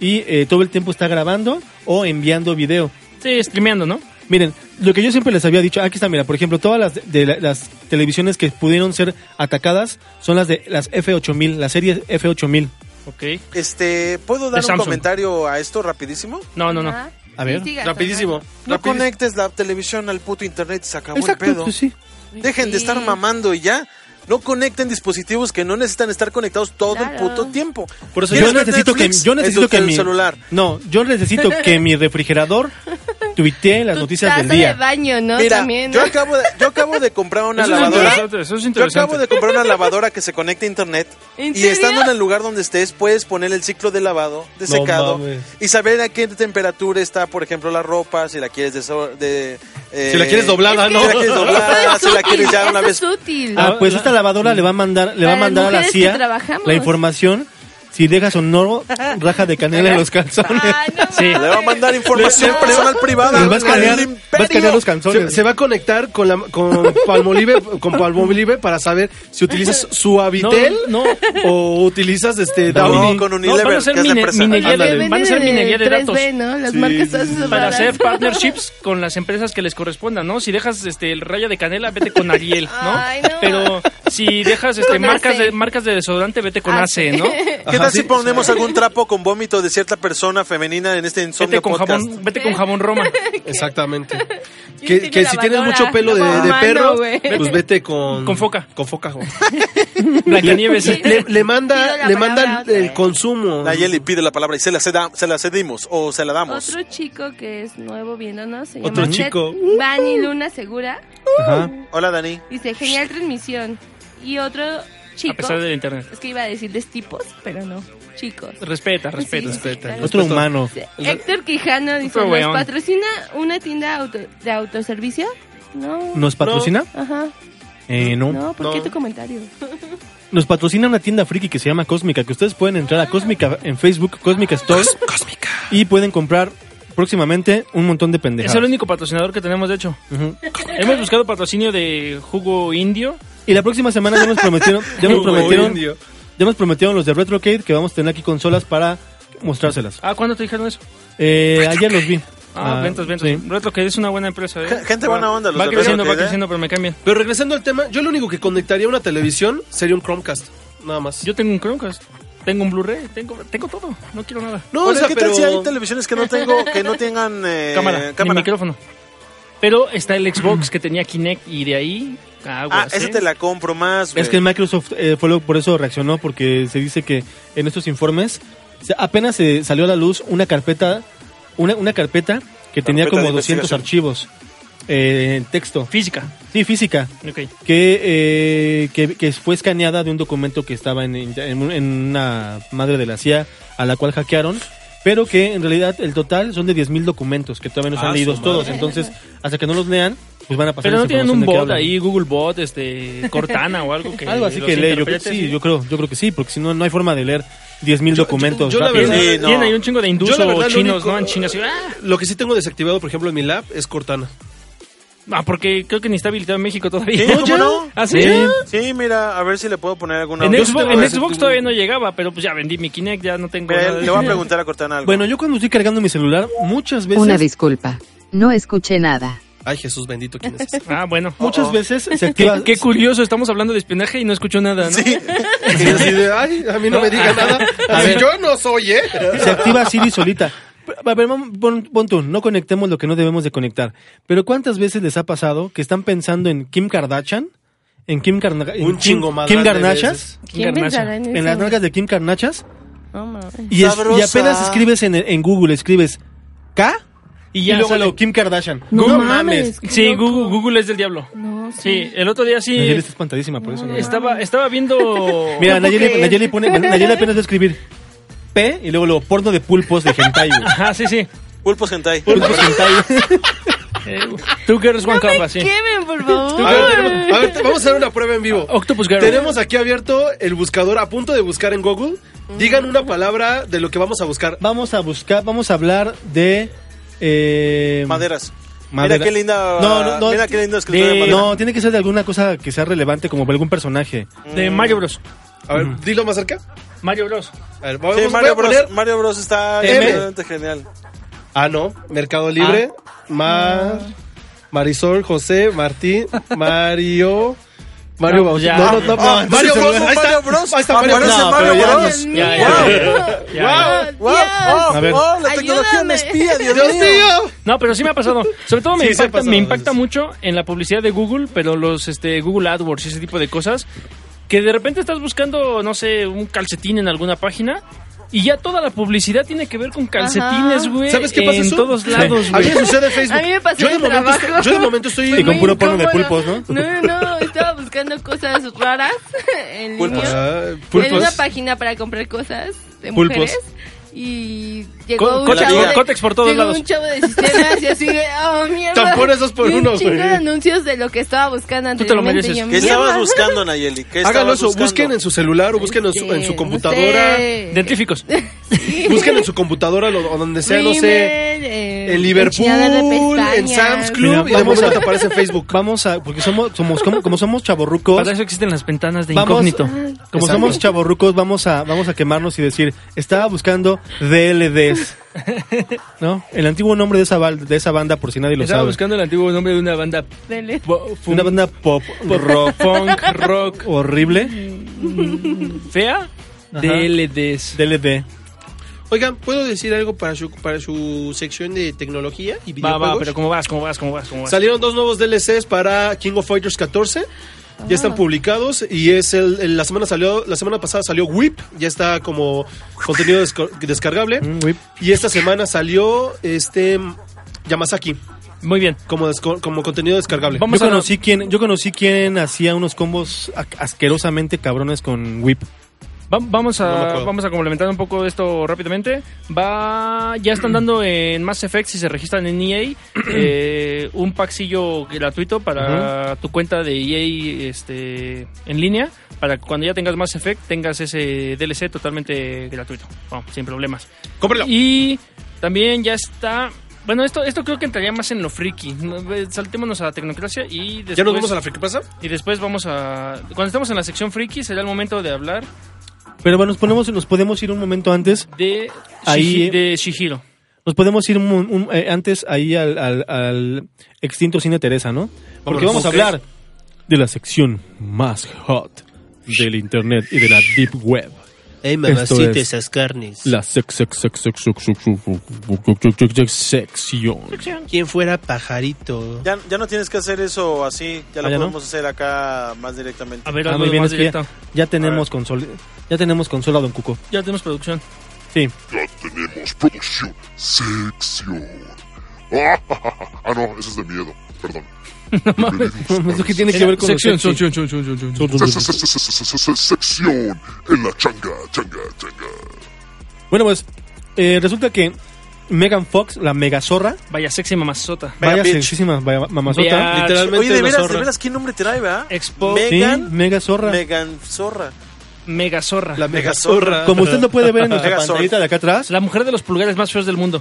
Y eh, todo el tiempo está grabando o enviando video.
sí, streameando, ¿no?
Miren, lo que yo siempre les había dicho, aquí está, mira, por ejemplo, todas las, de la- las televisiones que pudieron ser atacadas son las de las F8000, la serie F8000.
Ok.
Este, ¿puedo
De
dar un
Samsung.
comentario a esto rapidísimo?
No, no, no.
Ajá.
A ver.
Sí, siga,
Rapidísimo.
No
rapidísimo.
conectes la televisión al puto internet, se acabó el
Exacto,
pedo.
pues sí.
Salvador.
Dejen de
Sí.
estar mamando y ya. No conecten dispositivos que no necesitan estar conectados todo el
Claro.
puto tiempo.
Por eso
yo
¿Quieres ver
necesito que
Netflix?
yo
En
necesito
tu
que
tel-
mi
celular.
No, yo necesito que mi refrigerador tuitee las
Tu
noticias
taza
del
de
día.
baño, ¿no?
Mira,
También,
yo
¿no?
acabo de, yo acabo de comprar una
Eso es
lavadora.
interesante, eso es
Yo
interesante.
acabo de comprar una lavadora que se conecta a internet
¿En
y
serio?
estando en el lugar donde estés puedes poner el ciclo de lavado, de
No
secado
mames.
y saber a qué temperatura está, por ejemplo, la ropa, si la quieres deso- de, eh,
Si la quieres doblada, ¿no?
si la quieres
Eso
doblada,
es
si la quieres
útil,
ya una
eso Es
vez
útil.
Ah, pues esta Ah, lavadora le va a mandar le va a
Para las
mandar a la
mujeres que
CIA
trabajamos.
la información Si dejas o no raja de canela en los calzones.
Ay, Ah, no
Sí.
Le va a mandar información
Le-
personal privada.
Vas a escanear,
al
vas a escanear
imperio.
los calzones.
Se, se va a conectar con, la, con, Palmolive, con Palmolive para saber si utilizas su
No,
Habitel
no.
o utilizas este
No,
Downy.
con
No, van a
Unilever, que
ser
es la
mine-
empresa.
minería
Porque
de,
venden
van a ser
de
minería de
3B,
datos.
¿no? Las
Sí.
marcas todas esas
Para
raras.
hacer partnerships con las empresas que les correspondan, ¿no? Si dejas este el raya de canela, vete con Ariel, ¿no?
Ay, no.
Pero si dejas este
Con Ah,
marcas
Ace.
de marcas de desodorante, vete con Ace,
Ace.
¿no?
¿Qué tal si ponemos algún trapo con vómito de cierta persona femenina en este
Vete
insomnio
con
podcast?
jabón, vete con jabón Roma.
Exactamente.
¿Quién
Que,
tiene
que
la
si tienes
valora?
mucho pelo de,
No,
de
mano,
perro,
güey.
pues vete con...
Con foca.
Con foca, güey.
Blancanieves.
Le, le manda,
Pido la
le manda el,
palabra.
el consumo.
Nayeli pide la palabra y se la, ceda- se la cedimos o se la damos.
Otro chico que es nuevo viéndonos. Se
Otro
llama
chico.
Ted Vani Luna Segura.
Ajá.
Hola, Dani.
Dice, genial transmisión. Y otro
A
chico.
pesar del internet.
Es que iba a decirles tipos, pero no. Chicos.
Respeta, respeta.
Sí, sí,
respeta.
claro.
Otro humano.
Dice, Héctor Quijano dice,
Otro
¿nos
weón.
patrocina una tienda auto- de autoservicio? No.
¿Nos patrocina?
Ajá.
Eh, no.
No, ¿por qué tu comentario?
Nos patrocina una tienda friki que se llama Cósmica, que ustedes pueden entrar
Ah.
a Cósmica en Facebook, Cósmica Store. Y pueden comprar próximamente un montón de
Es
pendejadas.
el único patrocinador que tenemos, de hecho.
Ujú.
Hemos buscado patrocinio de jugo indio.
Y la próxima semana ya nos prometieron, ya nos
Jugo
prometieron,
indio.
ya nos prometieron los de Retrocade que vamos a tener aquí consolas para mostrárselas.
Ah, ¿cuándo te dijeron eso?
Eh, ayer los vi.
Ah, ventas, ventas.
sí.
Retro que es una buena empresa. ¿eh?
Gen- gente buena onda, los
Va
de
creciendo,
Retro
va
Kid, ¿eh?
creciendo, pero me cambian.
Pero regresando al tema, yo lo único que conectaría a una televisión sería un Chromecast. Nada más.
Yo tengo un Chromecast, tengo un Blu-ray, tengo, tengo todo. No quiero nada.
no,
Hola,
o sea,
¿qué tal
pero-
si hay televisiones que no tengo, que no tengan eh,
cámara, ni micrófono. Pero está el Xbox que tenía Kinect y de ahí
Ah,
aguas,
ese
¿eh?
te la compro más.
Es
güey.
que Microsoft eh, fue lo- por eso reaccionó, porque se dice que en estos informes se- apenas se salió a la luz una carpeta, una, una carpeta que tenía
Carpeta
como
de
200
investigación.
archivos eh, en texto,
Física.
sí, física,
Ok.
que, eh, que, que fue escaneada de un documento que estaba en, en un- en una madre de la CIA a la cual hackearon, pero que en realidad el total son de 10.000 documentos que todavía no se
Ah,
han
su
leído
madre.
todos, entonces hasta que no los lean, pues van a pasar
Pero no
esa
tienen un
información de que
bot
hablan.
ahí, Google Bot, este, Cortana o algo que.
Algo así
los
que lee, yo creo,
interprete
sí,
así.
yo creo, yo creo que sí, porque si no, no hay forma de leer 10.000
Yo-
documentos.
yo la
rápido.
verdad-
Tienen,
Sí, no.
tienen ahí un chingo de hindus
Yo, la
o
verdad, lo
chinos,
único-
¿no? En China así. ¡ah!
Lo que sí tengo desactivado, por ejemplo, en mi lab es Cortana.
Ah, porque creo que ni está habilitado en México todavía.
Sí, ¿cómo no? pues,
¿Ah, sí?
Sí.
Sí, mira, a ver si le puedo poner alguna.
En
Yo
Xbox,
tengo
en
ese-
Xbox todavía no llegaba, pero pues ya vendí mi Kinect, ya no tengo.
Mira,
nada de
le voy a preguntar a Cortana algo.
Bueno, yo cuando estoy cargando mi celular, muchas veces,
Una disculpa. No escuché nada.
Ay, Jesús bendito, ¿quién es este? ese?
Ah, bueno.
muchas
Oh,
veces se activa.
Qué, qué curioso, estamos hablando de espionaje y no escucho nada, ¿no?
Sí,
Y así de, ay, a mí no me diga nada.
A
Así,
ver.
yo no soy, ¿eh?
se activa Siri solita. A ver, mam- pon, pon tú, no conectemos lo que no debemos de conectar. Pero ¿cuántas veces les ha pasado que están pensando en Kim Kardashian? En Kim Kardashian.
Un chingo más
Kim
grande de
Garnachas.
¿Quién
Garnacha.
pensará en eso?
En las nalgas de Kim Kardashian.
No, mames.
Y, es- y
Sabrosa.
apenas escribes en, en Google, escribes K y ya luego
sale.
lo Kim Kardashian.
No
Google-
mames. qué
Sí,
loco.
Google, Google es del diablo.
No,
Sí, el otro día
Nayeli
sí
está espantadísima por eso. ¿no?
estaba, estaba viendo.
Meva, Mira,
¿Cómo
Nayeli,
crees?
Nayeli pone, Nayeli apenas va a escribir P y luego lo porno de pulpos de hentai, güey.
Ajá, sí, sí.
pulpos hentai.
Pulpos hentai.
Eh, Two girls, one cup, así.
Quemen, por favor.
A ver, tenemos- a ver, te- vamos a hacer una prueba en vivo.
Octopus girl.
Tenemos aquí abierto el buscador a punto de buscar en Google. Digan una palabra de lo que vamos a buscar.
Vamos a buscar, vamos a hablar de eh,
Maderas.
madera.
Mira qué linda.
No, no, no.
mira qué lindo escritor de,
de-
madera.
no, tiene que ser de alguna cosa que sea relevante, como de algún personaje.
De Mario Bros.
A ver, dilo más cerca.
Mario Bros.
A ver, vamos
Sí,
voy
Mario
a poner...
Bros. Mario Bros está
M.
realmente genial.
Ah, no. Mercado Libre. Mar... Marisol, José, Martín, Mario... Mario
No,
Baus-
ya.
No, pues no, no.
Ah,
no, Mario
Mario
Bros.
Bros,
Ahí está,
Mario Bros.
Ahí está Mario Bros.
Aparece
No,
Mario
pero ya
Bros.
no.
Ya,
Wow.
ya, ya, ya.
¡Wow!
A ver.
¡Wow! La tecnología
Ayúdame.
me espía, Dios,
Dios
mío.
mío.
No, pero sí me ha pasado. Sobre todo me
Sí, se ha
impacta,
pasado
me
a
impacta
veces.
mucho en la publicidad de Google, pero los este, Google AdWords y ese tipo de cosas, que de repente estás buscando, no sé, un calcetín en alguna página. Y ya toda la publicidad tiene que ver con calcetines,
Ajá.
güey.
¿Sabes qué pasa
En
eso?
todos lados,
A mí
güey.
me sucede en Facebook.
A mí me pasó
yo, de
en el
momento
trabajo.
estoy, yo de momento estoy...
Y con
Muy
puro porno de
incómodo.
pulpos, ¿no?
No, no, no, estaba buscando cosas raras en
Pulpos.
línea.
Ah,
En
pulpos.
una página para comprar cosas de
Pulpos.
mujeres. Y llegó
Co-
un chavo
Cotex-
de,
Cotex por todos
llegó
lados.
un chavo de sistemas y así de, oh, mierda.
Tampones dos por
Y un
uno,
chingo
güey.
de anuncios de lo que estaba buscando
Tú te lo
anteriormente.
mereces.
y yo,
¿Qué estabas buscando, Nayeli? ¿Qué estabas
Háganlo eso,
buscando?
busquen en su celular o busquen en su, en su
Eh,
computadora.
No sé.
Científicos.
Busquen en su computadora lo- o donde sea, no sé.
Rimmel, eh,
En Liverpool,
enchiladas de
en
pestañas.
Sam's
Mira,
Club, y de
vamos
momento
a-
te aparece en Facebook.
Vamos a, porque somos, somos como, como somos chaborrucos,
Para eso existen las ventanas de
Vamos.
incógnito.
como
Exacto.
somos chaborrucos, vamos a, vamos a quemarnos y decir, estaba buscando DLDs. ¿No? El antiguo nombre de esa, bal- de esa banda, por si nadie lo
Estaba
sabe.
buscando el antiguo nombre de una banda.
Dele.
bo- fu-
Una banda pop, rock,
Funk, rock,
horrible.
fea.
Ajá.
DLDs.
DLD.
Oigan, ¿puedo decir algo para su, para su sección de tecnología y
Va,
videojuegos?
va, pero ¿cómo vas? ¿Cómo vas? ¿Cómo vas? ¿Cómo vas?
Salieron dos nuevos DLCs para King of Fighters 14. Ya están publicados y es el, el- la semana salió la semana pasada salió Whip, ya está como contenido desco- descargable
Mm, güey.
y esta semana salió este Yamazaki
Muy bien.
como desco- como contenido descargable.
Vamos
yo
a-
conocí quien, yo conocí quien hacía unos combos a- asquerosamente cabrones con Whip.
Va- vamos,
No me
a,
acuerdo.
vamos a complementar un poco esto rápidamente. Va, ya están dando en Mass Effect, si se registran en EA, eh, un paxillo gratuito para tu cuenta de EA este, en línea, para que cuando ya tengas Mass Effect tengas ese DLC totalmente gratuito, Bueno, sin problemas.
Cómpralo.
Y también ya está... Bueno, esto, esto creo que entraría más en lo friki. No, eh, Saltémonos a la tecnocracia y después...
ya nos vamos a la frikipasa.
Y después vamos a... Cuando estemos en la sección friki será el momento de hablar
Pero bueno, nos ponemos, nos podemos ir un momento antes.
de,
Ahí,
Shihi-
eh.
de Shihiro.
Nos podemos ir un- un- eh, antes ahí al, al- al extinto cine Teresa, ¿no? Porque vamos
Vámonos.
a hablar de la sección más hot del internet y de la deep web. Esto es
esas carnes.
la sex, sex, sex, sex, sex, sex, sex, sex, sex, sex, sección.
Quien fuera pajarito.
Ya, ya no tienes que hacer eso así, ya lo
Ah, ¿ya no?
podemos hacer acá más directamente.
A ver,
Ah,
algo
muy bien,
más
es que
directo.
ya, ya tenemos consola, ya tenemos consola, don Cuco.
Ya tenemos producción.
Sí.
tenemos producción sección. Ah, ah, no, ese es de miedo. Perdón.
¿Eso qué tiene que ver con lo
sección,
sexy?
sección, sección, sección, sección.
Sección en la changa, changa, changa.
Bueno, pues eh, resulta que Megan Fox, la mega zorra,
Vaya sexy mamazota.
Vea,
vaya
bitch.
sexísima, vaya mamazota.
Vea,
Literalmente
Oye, de
una
veras, de
zorra.
veras, ¿qué nombre trae, va?
Expo-
Sí,
Megan,
mega zorra.
Megan Zorra.
Mega zorra.
La
La,
mega zorra.
Como usted lo puede ver en nuestra
Mega zorra.
pantallita de acá atrás,
mujer de los pulgares más feos del mundo.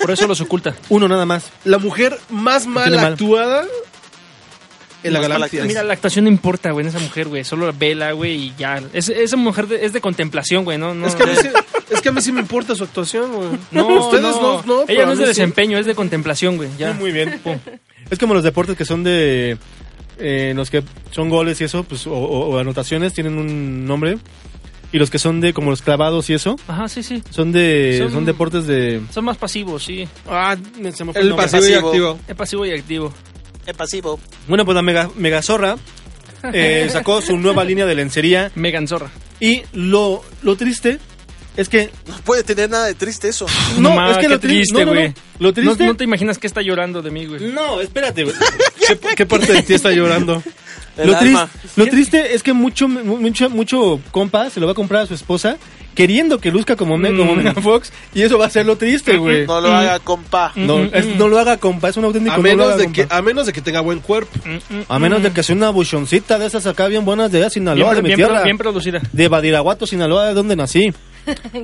Por eso los oculta.
uno nada más.
La mujer más mal
tiene mal.
actuada en la
Más mal
galaxia.
actuada.
Mira, la actuación no importa, güey, en esa mujer, güey. Solo la vela, güey, y ya. Es- esa mujer de- es de contemplación, güey, no, no.
Es que, a mí sí, es que a mí sí me importa su actuación, güey.
no,
ustedes no,
no.
no, pero
Ella
a
no es
mí
de
sí.
desempeño, es de contemplación, güey. Ya.
Muy bien. Es como los deportes que son de. eh, los que son goles y eso, pues, o, o- o anotaciones, tienen un nombre. Y los que son de, como los clavados y eso,
Ajá, sí, sí.
son de. Son,
Son-
deportes de.
Son más pasivos, sí.
Ah, me- se me fue el
El
nombre.
pasivo y
Pasivo.
activo.
Es pasivo y activo.
Es pasivo.
Bueno, pues la mega, megazorra eh, sacó su nueva línea de lencería.
Megan zorra.
Y lo, lo triste es que.
No puede tener nada de triste eso.
No,
Ma,
es que
qué
lo tri-
triste,
no, no, no.
güey.
Lo triste.
No, no te imaginas que está llorando de mí, güey.
No, espérate, güey.
¿Qué, qué parte de ti está llorando?
El
lo,
alma.
tris- lo triste es que mucho, mu- mucho, mucho compa se lo va a comprar a su esposa queriendo que luzca como, me, como
Mm.
Megan Fox y eso va a ser lo triste, güey.
No lo haga, compa.
No, es- no lo haga compa, es un auténtico
A
no lo
menos,
haga,
de que,
compa.
a menos de que tenga buen cuerpo.
Mm,
A menos de que sea una buchoncita de esas acá bien buenas de allá, Sinaloa,
Bien,
de mi
bien-
tierra.
bien producida.
de Badiraguato, Sinaloa, de donde nací.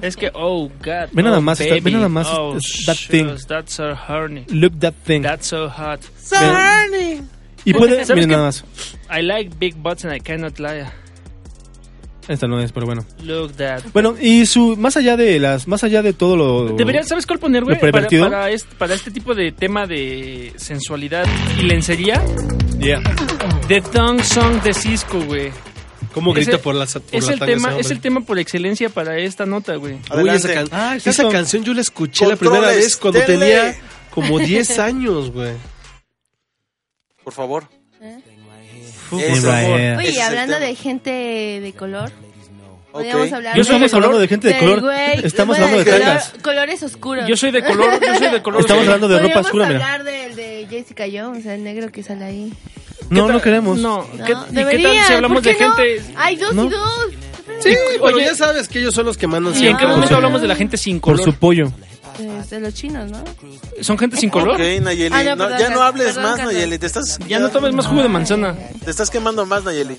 Es que, oh, God.
Ve nada
oh,
más esta- ve
baby,
nada más
oh,
esta- that
shucks,
thing.
That's so horny.
Look that thing.
That's so hot.
Y puede,
¿Sabes
miren
qué?
nada más.
I like big butts and I cannot lie.
Esta no es, pero bueno.
Look that.
Bueno, y su, más allá de las, más allá de todo lo...
Deberías, ¿sabes cuál poner, güey?
¿Lo
Para,
pervertido?
para este, para este tipo de tema de sensualidad y lencería,
Yeah.
The Thong Song de Cisco, güey.
¿Cómo
Ese-
grita por la, por
Es
la
el
tanga
tema,
ese
es el
hombre?
tema por excelencia para esta nota, güey.
Uy,
Adelante.
esa, can-
Ah, exacto.
esa canción yo la escuché la
Controles,
primera vez cuando
denle.
tenía como 10 años, güey.
Por favor.
Damn
Eso.
right, yeah.
Oye,
Ese es el
hablando
tema.
de gente de color,
Ok.
podríamos hablar
No estamos hablando de gente de
del
color,
güey-
estamos
bueno,
hablando de
color-
tetas.
Colores oscuros.
Yo soy de color, yo soy de color.
Estamos hablando de ropa
Podríamos
oscura, mira.
hablar del de Jessica Jones, el negro que sale ahí.
No, no queremos.
No, ¿qué-
No,
¿y qué
deberían,
tal si hablamos
¿por
de
qué no?
gente
Hay dos
¿No?
y dos.
Sí, pero
oye,
ya sabes que ellos son los que mandan
¿Y en qué
siempre.
momento hablamos de la gente sin
Por
color?
su pollo.
Pues, de los chinos, ¿no?
¿Son gente sin color?
Ok, Nayeli.
Ah, no,
no,
perdón,
ya no
Carlos,
hables
perdón,
más,
Carlos.
Nayeli. Te estás,
Ya no tomes más jugo de manzana.
te estás quemando más, Nayeli.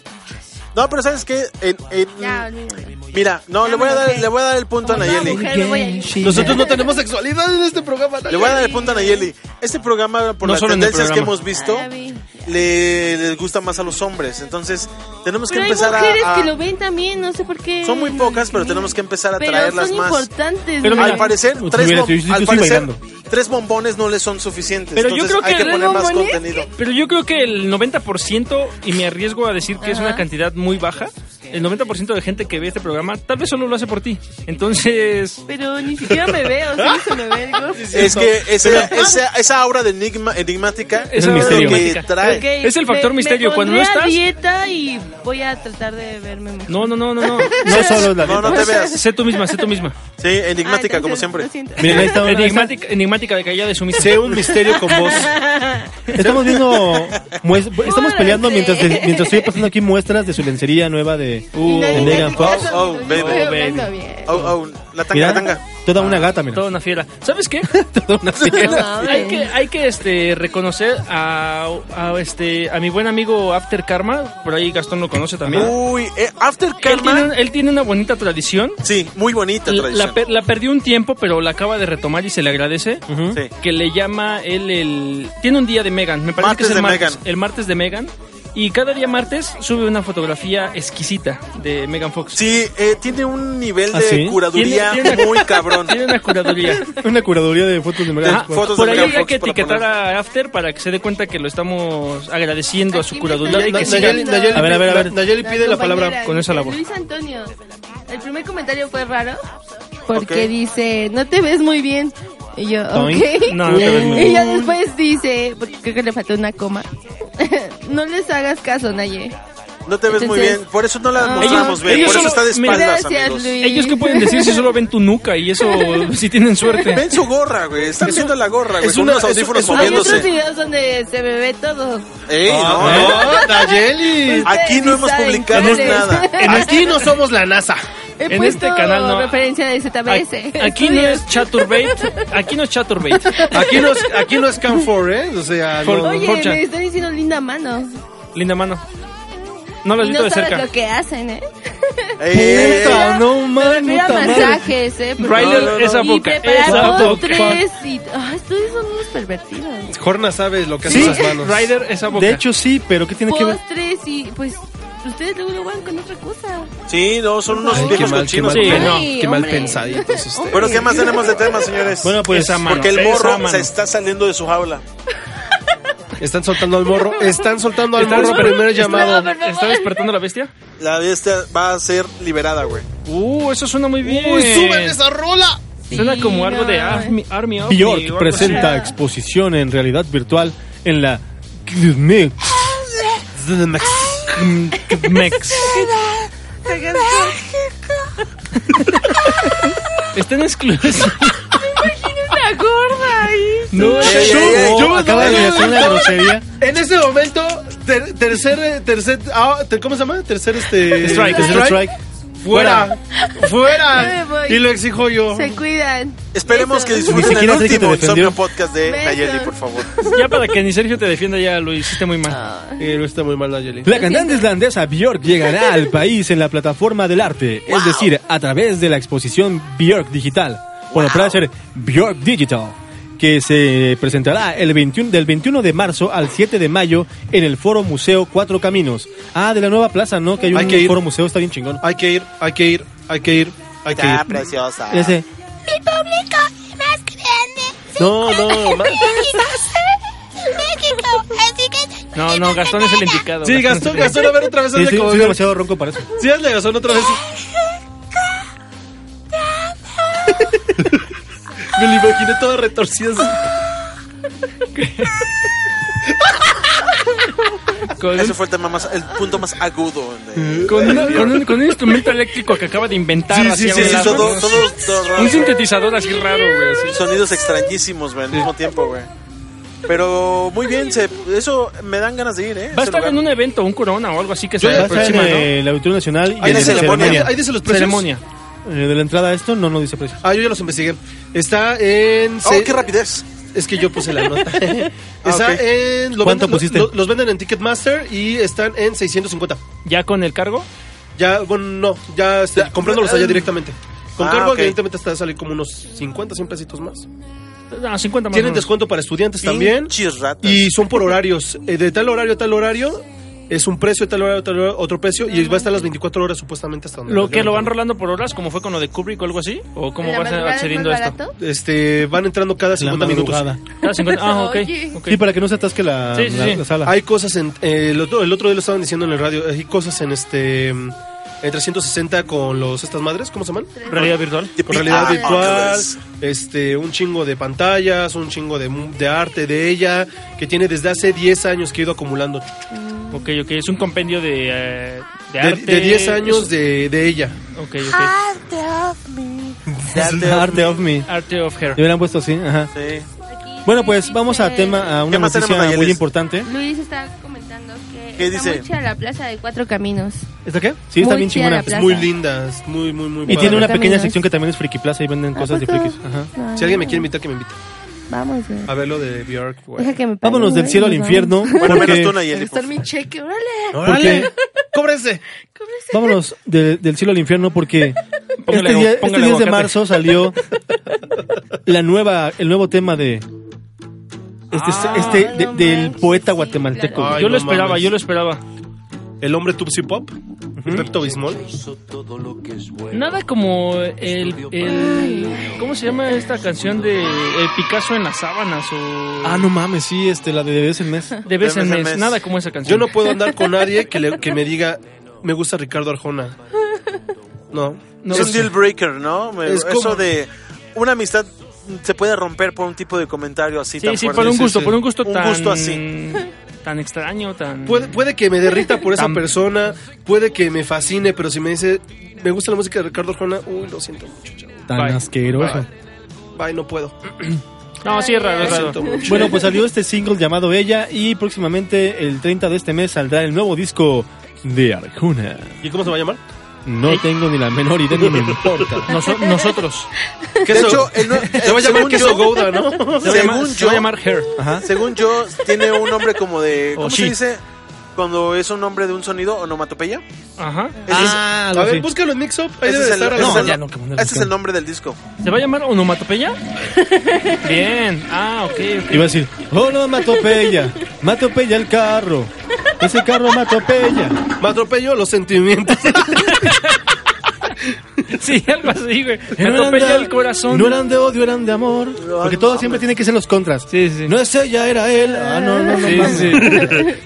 No, pero ¿sabes qué? En- en-
Ya, olvídalo.
mira, no,
Ya
le voy,
me
a dar,
enojé.
le voy a dar el punto a
Como toda
Nayeli.
mujer me voy a ir.
Nosotros no tenemos sexualidad en este programa.
Le voy a dar el punto a Nayeli. Este programa, por
No
las
solo en el
tendencias que
programa.
hemos visto,
Ah, ya vi.
le, les gusta más a los hombres. Entonces, tenemos que
Pero hay
empezar a-
mujeres
a...
que lo ven también, no sé por qué.
Son muy pocas, pero tenemos que empezar a
Pero
traerlas
son
más.
importantes.
Pero
¿no?
mira,
Al parecer,
Pues,
tres,
mira,
bom-
yo- yo- yo
al
estoy
parecer,
bailando.
tres bombones no le son suficientes.
Pero yo
Entonces,
creo que
hay que
tres
poner más
bombones,
contenido.
Pero yo creo que el 90%, y me arriesgo a decir que es una
Ajá.
cantidad muy baja, el 90% de gente que ve este programa tal vez solo lo hace por ti. Entonces,
Pero ni siquiera me veo, sí se me ve. digo.
Es que esa, esa, esa aura de enigma, enigmática
Es
un
lo
misterio.
que trae.
Ok,
Es el factor
me-
misterio,
me
cuando no
pondré
estás-
a dieta y voy a tratar de verme mejor.
no, no, no, no, no.
No solo la
No, no te veas.
Sé tú misma, sé tú misma.
Sí, enigmática,
Ah,
como siempre.
Miren, ahí estamos,
Enigmática, enigmática de caída de su
Sé un misterio con vos.
estamos viendo. mues- Estamos peleando
Órale.
mientras, mientras estoy pasando aquí muestras de su lencería nueva de.
Uh,
uh,
de Megan
Megan
Fox.
Oh, baby. Oh, oh, la tanga, la
Mira,
tanga.
toda una gata, mira.
Toda una fiera. ¿Sabes qué?
Toda una fiera.
hay que, hay que este, reconocer a, a, este, a mi buen amigo After Karma, por ahí Gastón lo conoce también.
Uy, eh, After
él, tiene,
Karma.
un- él tiene una bonita tradición.
Sí, muy bonita
La, la
tradición.
per- la perdió un tiempo, pero la acaba de retomar y se le agradece.
Ujú.
Sí.
Que le llama él el. Tiene un día de Megan, me parece
Martes
que es el
de
martes.
Meghan.
El martes de Megan. Y cada día martes sube una fotografía exquisita de Megan Fox.
Sí, eh, tiene un nivel
¿Ah,
de
sí?
curaduría
Tiene- tiene-
muy cabrón.
Tiene una curaduría.
Una curaduría de fotos
Ah,
de Megan
Ajá,
Fox.
fotos
por
de
ahí
Megan
habría
Fox
que
para
etiquetar
poner.
a After para que se dé cuenta que lo estamos agradeciendo a su
Aquí me
curaduría
estoy
y que
viendo.
siga.
Nayeli, Nayeli,
A ver, a ver, a ver.
Nayeli pide la palabra.
con esa labor.
Luis Antonio, el primer comentario fue raro porque
Ok.
dice, no te ves muy bien. Y yo,
Toink.
ok.
No, no te ves muy
Y ya después dice, porque creo que le faltó una coma. no les hagas caso, Naye.
No te ves muy
Entonces-
bien. Por eso no la
Ah.
mostramos
Ellos-
bien.
ellos
Por
solo-
eso está de
mira,
espaldas,
Gracias,
amigos.
Luis.
Ellos que pueden decir si solo ven tu nuca y eso si tienen suerte.
Ven su gorra, güey. Están viendo la gorra, güey.
es
con
una-
unos
es-
audífonos
es una-
Hay otros
moviéndose.
videos este donde se me ve todo.
Ey, no,
Ah,
no.
no, Nayeli.
Aquí no
ni
hemos
saben
publicado
cuál es.
nada.
Aquí no somos la NASA.
He
En
puesto
este canal no.
referencia de ZBS.
A- Aquí no es chaturbate. Aquí no es chaturbate.
Aquí no es, aquí no es Canfor, ¿eh? O sea,
For-
no-
Oye,
Forcha.
me está diciendo linda mano.
Linda mano. No lo has
y
visto
no
de
sabes
cerca.
lo que hacen, ¿eh?
Ey,
Puta, Eh, no
Me refiero
mames.
a
puta madre.
masajes, ¿eh? Porque-
Riley,
No, no, no.
esa
y
boca. Esa
preparar
boca.
postres y... Ay, ustedes son unos pervertidos.
Jorna sabe lo que hacen
Sí.
las manos.
Ryder, esa boca.
De hecho, sí, pero ¿qué tiene que ver?
Postres y, pues, ustedes luego lo van con otra cosa.
Sí, no, son unos
Ay, qué
viejos
mal, qué
cochinos.
mal.
Sí, no,
Ay,
Qué mal
hombre.
pensaditos ustedes.
Bueno, ¿qué más tenemos de tema, señores?
Bueno, pues.
Esa mano.
Porque el
esa
morro
mano.
se está saliendo de su jaula.
Están soltando al morro. Están soltando al
Está
morro
desper-
primer
está-
llamado.
¿Está despertando la bestia?
La bestia va a ser liberada, güey.
Uh, eso suena muy bien.
Uy, suben esa rola.
Suena
Sí,
como algo de
no,
Army, Army of Me o algo
Bjork
así.
presenta exposición en realidad virtual en la Clinic
Mex. Está en exclusiva.
Una gorda ahí.
No,
Ey, ey, ey.
Yo acaba de hacer una grosería.
En este momento, ter- tercer, eh, tercer, ah, te- ¿cómo se llama? Tercer este.
Strike.
Tercer strike.
Fuera,
Ya me
fuera.
voy.
Y lo exijo
Oh.
yo.
Se cuidan.
Esperemos
Besos.
que
Ni
disfruten el
siquiera sé que te
último
defendió.
Insomnio Podcast de
Besos.
Nayeli, por favor.
Ya para que ni Sergio te defienda, ya lo hiciste muy mal.
Eh, no está muy mal, Nayeli.
La cantante islandesa Björk llegará al país en la plataforma del arte, es decir, a través de la exposición Björk Digital, bueno, para ser Björk Digital, que se presentará el 21, del 21 de marzo al 7 de mayo en el Foro Museo Cuatro Caminos. Ah, de la nueva plaza, ¿no? Que hay un
Hay que ir. Ah.
Foro Museo, está bien chingón.
Hay que ir, hay que ir, hay que ir, hay que
Está
ir.
preciosa.
Ese-
Mi público es más grande.
No, no, ma-
México. Así que.
No, no, Gastón es el indicado.
Sí, Gastón, Gastón, a ver otra vez
Sí,
hazle
sí,
como.
soy demasiado ronco para eso.
Sí, hazle Gastón otra vez. Me lo imaginé todo retorcido. así.
Con
Ese
un,
fue el, tema más, el punto más agudo. de-
con una- con un- con un instrumento eléctrico que acaba de inventar.
Sí,
así
sí,
a
sí,
un
sí,
lado.
todo, todo, todo
Un
raro.
sintetizador así raro, güey. así.
Sonidos extrañísimos, güey, al mismo tiempo, güey. Pero muy bien, se- eso me dan ganas de ir, ¿eh?
Va a
Ese
estar
lugar.
en un evento, un corona o algo así que
Va
sea
a
la
estar en
próxima, ¿no?
eh, el Auditorio Nacional.
Ahí
y en
dice
el-
ceremonia.
Ahí dice los precios.
Ceremonia.
Eh, de la entrada a esto no, no dice precio.
Ah, yo ya los investigué. Está en.
Oh,
se-
qué rapidez.
Es que yo puse la nota. Está
Ah, ok.
en. lo
¿Cuánto
venden- lo-
pusiste?
lo- los venden en Ticketmaster y están en 650.
¿Ya con el cargo?
Ya, bueno, no. Ya, este,
Ya,
comprándolos
eh,
allá directamente. Con
ah,
cargo,
ok.
evidentemente, hasta sale como unos 50, 100 pesitos más.
Ah, 50 más.
Tienen
¿no?
descuento para estudiantes también.
Pinches ratas.
Y son por horarios. eh, de tal horario a tal horario. Es un precio, de tal horario, a tal horario, otro precio. Y va a estar las 24 horas supuestamente hasta donde.
¿Lo
nos
que lo van
levantan.
rolando por horas, como fue con lo de Kubrick o algo así? ¿O cómo
¿La
vas
madrugada es
accediendo a
más
esto?
barato?
Este, van entrando cada
La
50 minutos.
madrugada.
Ah, 50. Ah, ok.
Oye.
ok.
Sí, para que no se atasque la,
Sí, sí,
la-
sí.
la sala.
Hay cosas en. eh, el, otro, el otro día lo estaban diciendo en el radio. Hay cosas en este. mm, En 360 con los estas madres, ¿cómo se llaman?
Realidad virtual.
Con realidad
Ah,
virtual,
Oculus.
este, un chingo de pantallas, un chingo de, mu- de arte de ella, que tiene desde hace 10 años que he ido acumulando.
Ok, ok. Es un compendio de, eh, de
De,
arte.
de 10 años
es-
de, de ella.
Ok, ok.
Ah, te ovni.
Arte, of me.
Arte of
Le
Hair.
hubieran puesto así. Ajá.
Sí.
Bueno, pues vamos a tema a una
¿Qué más
noticia
tenemos,
muy
Ayeles?
importante.
Luis está comentando que
¿Qué
está
dice?
muy chida la plaza de cuatro caminos.
¿Está qué? Sí, está
Muy
bien
chida
chingona.
la plaza.
Es muy linda, es muy, muy, muy
Y tiene una
Caminos.
pequeña sección que también es Friki Plaza y venden cosas de
¿A poco?
frikis. Ajá.
Ah, Ay,
Si alguien me quiere invitar, que me invite.
Vamos, güey.
A ver lo de Björk, güey.
Deja que me paguen,
Vámonos del
güey,
cielo al
nos
infierno.
Bueno, menos
porque-
tú,
vamos. Me
Nayeli.
gustó mi cheque, órale.
¡Órale! ¡Cóbrese!
Vámonos de- del cielo al infierno porque
Póngale
este,
agu-
día, este
póngale
10 de
aguacate.
marzo salió la nueva, el nuevo tema de este,
Ah,
este de-
no
del
manches,
poeta
sí,
guatemalteco.
claro. Ay,
yo
no
lo esperaba,
mames.
yo lo esperaba.
El hombre Tupsi Pop, Pepto Bismol.
Nada como el, el- ¿Cómo se llama esta canción de El Picasso en las sábanas o
Ah, no mames, sí, este, la de vez en mes.
de vez en
De vez en
mes?
mes.
Nada como esa
Yo
canción.
no puedo andar con nadie que, le- que me diga, me gusta Ricardo Arjona. No.
No,
es un deal breaker, ¿no? Me-
Es como-
Eso de una amistad se puede romper por un tipo de comentario así
sí,
tan
sí,
fuerte.
por un
sí,
gusto,
sí.
por un gusto
Un
tan
gusto así.
tan extraño, tan
Puede, puede que me derrita por esa
Tam-
persona, puede que me fascine, pero si me dice, me gusta la música de Ricardo Arjona, uy, lo siento mucho, chavo.
Tan
Bye.
asqueroso.
Bye, no puedo.
No, sí es raro,
Lo
es raro.
siento mucho.
Bueno, pues salió este single llamado Ella y próximamente el 30 de este mes saldrá el nuevo disco de Arjuna.
¿Y cómo se va a llamar?
No tengo ni la menor idea ni me importa.
Noso- nosotros.
De hecho, el nue-
se va a llamar
según
Queso
yo-
Gouda, ¿no?
Se va a llamar,
Según
se va a
yo-
llamar Hair.
Ajá.
Ah, Según yo, tiene un nombre como de.
Oh,
¿Cómo se
she.
dice? Cuando es un nombre de un sonido, onomatopeya.
Ajá.
Ese es-
Ah,
A ver, búscalo en Mix Up, ahí
ese
debe
es
de
el-
estar.
ese es
algo.
el-
ya no, que bueno,
Este es
buscando.
el nombre del disco.
¿Se va a llamar onomatopeya? Bien. Ah, ok. ok.
Iba a decir, oh no, Matopeya, Matopeya el carro, ese carro Matopeya.
Me atropello los sentimientos.
Sí, algo así, güey. Me
No eran
atropella
de-
el corazón.
No eran de odio, eran de amor. Porque todo siempre tiene que ser los contras.
Sí, sí.
No es ella, era él. Ah, no, no, no.
Sí,
mames.
sí.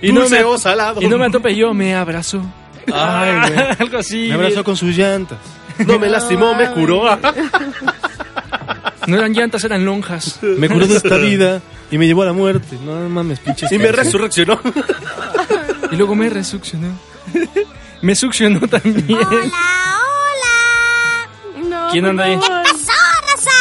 y no me o salado.
Y no me atropelló, me abrazó.
Ay, güey.
Algo así.
Me abrazó con sus llantas.
No me lastimó, me curó.
No eran llantas, eran lonjas.
Me curó de esta vida y me llevó a la muerte. No mames, pinches.
Y me
canciones.
resurreccionó.
Y luego me resuccionó. Me succionó también.
Hola, hola.
No,
¿Quién
por
anda ahí?
favor.
¡Pasó, raza!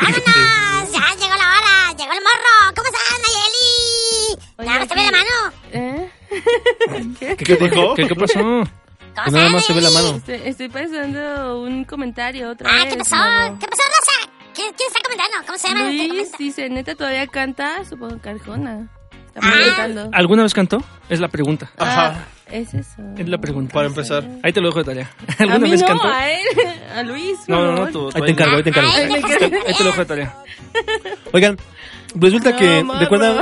¡Vámonos! ¡Ya llegó la hora! ¡Llegó el morro! ¿Cómo estás, Nayeli?
Oye,
¡Nada más te ve
sí.
la mano!
¿Eh?
¿Qué, qué, qué- qué pasó?
¿Cómo
Pues
Que nada más
estás,
se ve la
Nayeli?
mano.
Estoy, estoy pasando un comentario otra
Ah,
vez.
¿qué pasó?
mano.
¿Qué pasó, raza? ¿Quién, quién está comentando? ¿Cómo se llama? ¿Qué
Luis
comenta?
dice, neta, todavía canta, supongo que Arjona. Está
Ah.
preguntando.
¿Alguna vez cantó? Es la pregunta.
Ah, es eso.
Es la pregunta.
Para empezar.
Ahí te lo dejo de tarea.
A
¿Alguna
mí
vez
no,
cantó?
a él, a Luis.
No, no, no,
por
tú.
favor.
tú
Ahí te encargo, ahí te encargo.
Ay, déjame
Ahí te lo dejo de
ver.
tarea.
Oigan, resulta
No,
que,
morro.
¿recuerdan?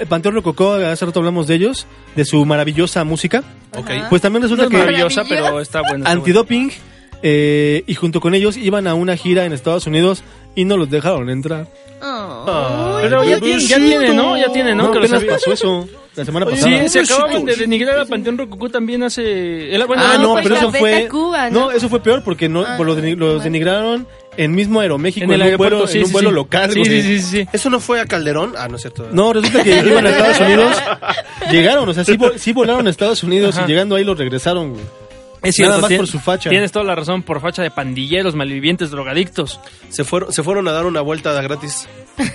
El Panteón Rococó, hace rato hablamos de ellos, de su maravillosa música.
Ok.
Ajá.
Pues también
No
resulta
es
que
maravillosa, pero está bueno. está bueno.
Antidoping eh, y junto con ellos iban a una gira en Estados Unidos y no los dejaron entrar.
Oh.
Pero ya tiene, ya tiene, ¿no? Ya tiene, ¿no?
No,
Que lo
apenas
sabía.
pasó eso la semana
Sí,
pasada.
se acaban de denigrar a Panteón Rococó también hace... el- Bueno,
ah,
No,
no,
pues
pero
la
eso
Beta
fue ¿no?
Cuba,
eh,
¿no?
eso fue peor porque no
Ah,
por los, deni- los denigraron en mismo Aeroméxico
en el
un vuelo,
aeropuerto, sí,
en un
sí,
vuelo
sí.
local.
Sí,
güey.
sí, sí, sí.
¿Eso no fue a Calderón? Ah, no es cierto.
No, resulta que iban a Estados Unidos, llegaron, o sea, sí, vo- sí volaron a Estados Unidos
Ajá.
y llegando ahí los regresaron, güey.
Es
Nada
cierto,
más
tien-
por su facha.
Tienes toda la razón, por facha de pandilleros, malvivientes, drogadictos.
Se fueron, se fueron a dar una vuelta gratis.
Pues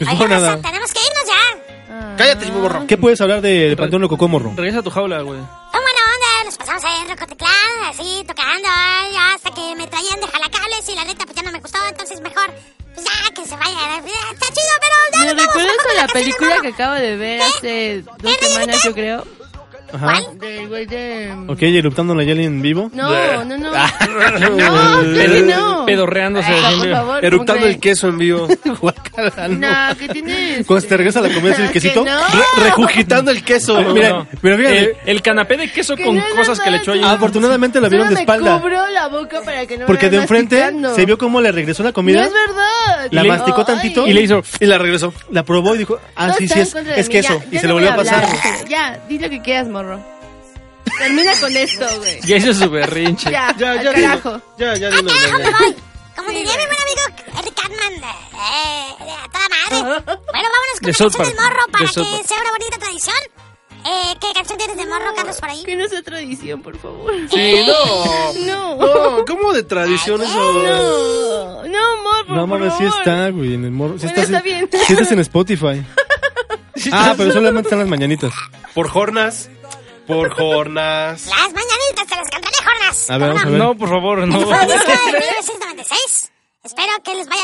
Oye,
bueno,
raza,
nada.
tenemos que irnos ya.
Ah.
Cállate, morro.
¿Qué puedes hablar de Panteón Loco Comorro?
Regresa a tu jaula, güey.
Tan buena onda, nos pasamos en Rocotitlán, así tocando, ay, hasta que me traían de jalacables y la neta pues ya no me gustó, entonces mejor, pues ya que se vaya. Está chido, pero ya
Me
nos vamos,
recuerdas
tampoco
a la
me casi
película
nos
que acabo de ver hace dos semanas, yo creo.
Ajá.
Del güey de.
Ok, eruptando la Yali en vivo.
No, no, no.
Ah,
No,
creo que no.
Pedorreándose.
Ay, por favor,
Eructando
hombre.
el queso en vivo.
No, ¿qué tienes?
Cuando se te regresa la comida y este el
Que
quesito.
no.
re-
Regurgitando el queso.
Ah, mira, mira, fíjate.
El, el canapé de queso
Que
con
no, no
cosas que le echó ahí.
Afortunadamente la vieron
Solo
de espalda.
Me cubro la boca para que no
Porque
me
de
vean
enfrente
masticando.
se vio cómo le regresó la
No
comida.
es verdad.
La masticó tantito
Y le hizo.
Y la regresó.
La probó y dijo, ah,
Todo
sí,
está
sí,
en
es,
contra de
es
mí.
queso.
Ya,
y
ya
se lo
no voy
volvió a pasar.
hablar. Ya, di lo que quieras, morro. Termina con esto, güey.
Ya hizo su berrinche.
Ya,
Ya, ya,
al carajo.
dilo. Ya, ya, dilo, ya, ya.
Como diría mi buen amigo Eric Cartman, eh, eh, a toda madre. Bueno, vámonos con
De
la
South
canción del
Park,
morro
de
para
South
que
Park.
sea una bonita tradición. Eh, ¿Qué canción tienes de morro, Carlos, por ahí?
Que no sea tradición, por favor.
Sí, no.
No.
No, ¿cómo de tradición eso?
No, no, morro.
No
por
mames, sí
favor.
está, güey, en el morro. Sí
Bueno,
estás,
está bien.
en, sí estás en Spotify. Ah, pero solamente están las mañanitas.
Por jornas. Por jornas.
Las mañanitas te las cantaré, Jonas.
Ah.
A ver, vamos a ver.
No, por favor, no.
Fue un disco de 1996. Espero que les vaya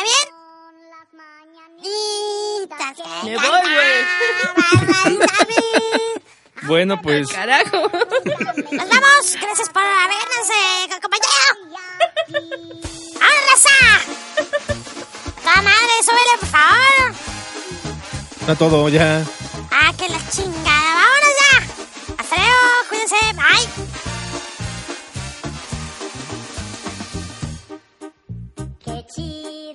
bien.
Me voy, güey.
güey.
Bueno, pues.
Ah, Carajo.
Nos vamos. Gracias por habernos eh, acompañado. ¡Ahora, raza! ¡Ta madre, súbele, por favor!
Está todo ya.
¡Ah, que la chingada! ¡Vámonos ya! ¡Hasta luego! ¡Cuídense! ¡Bye! Qué chido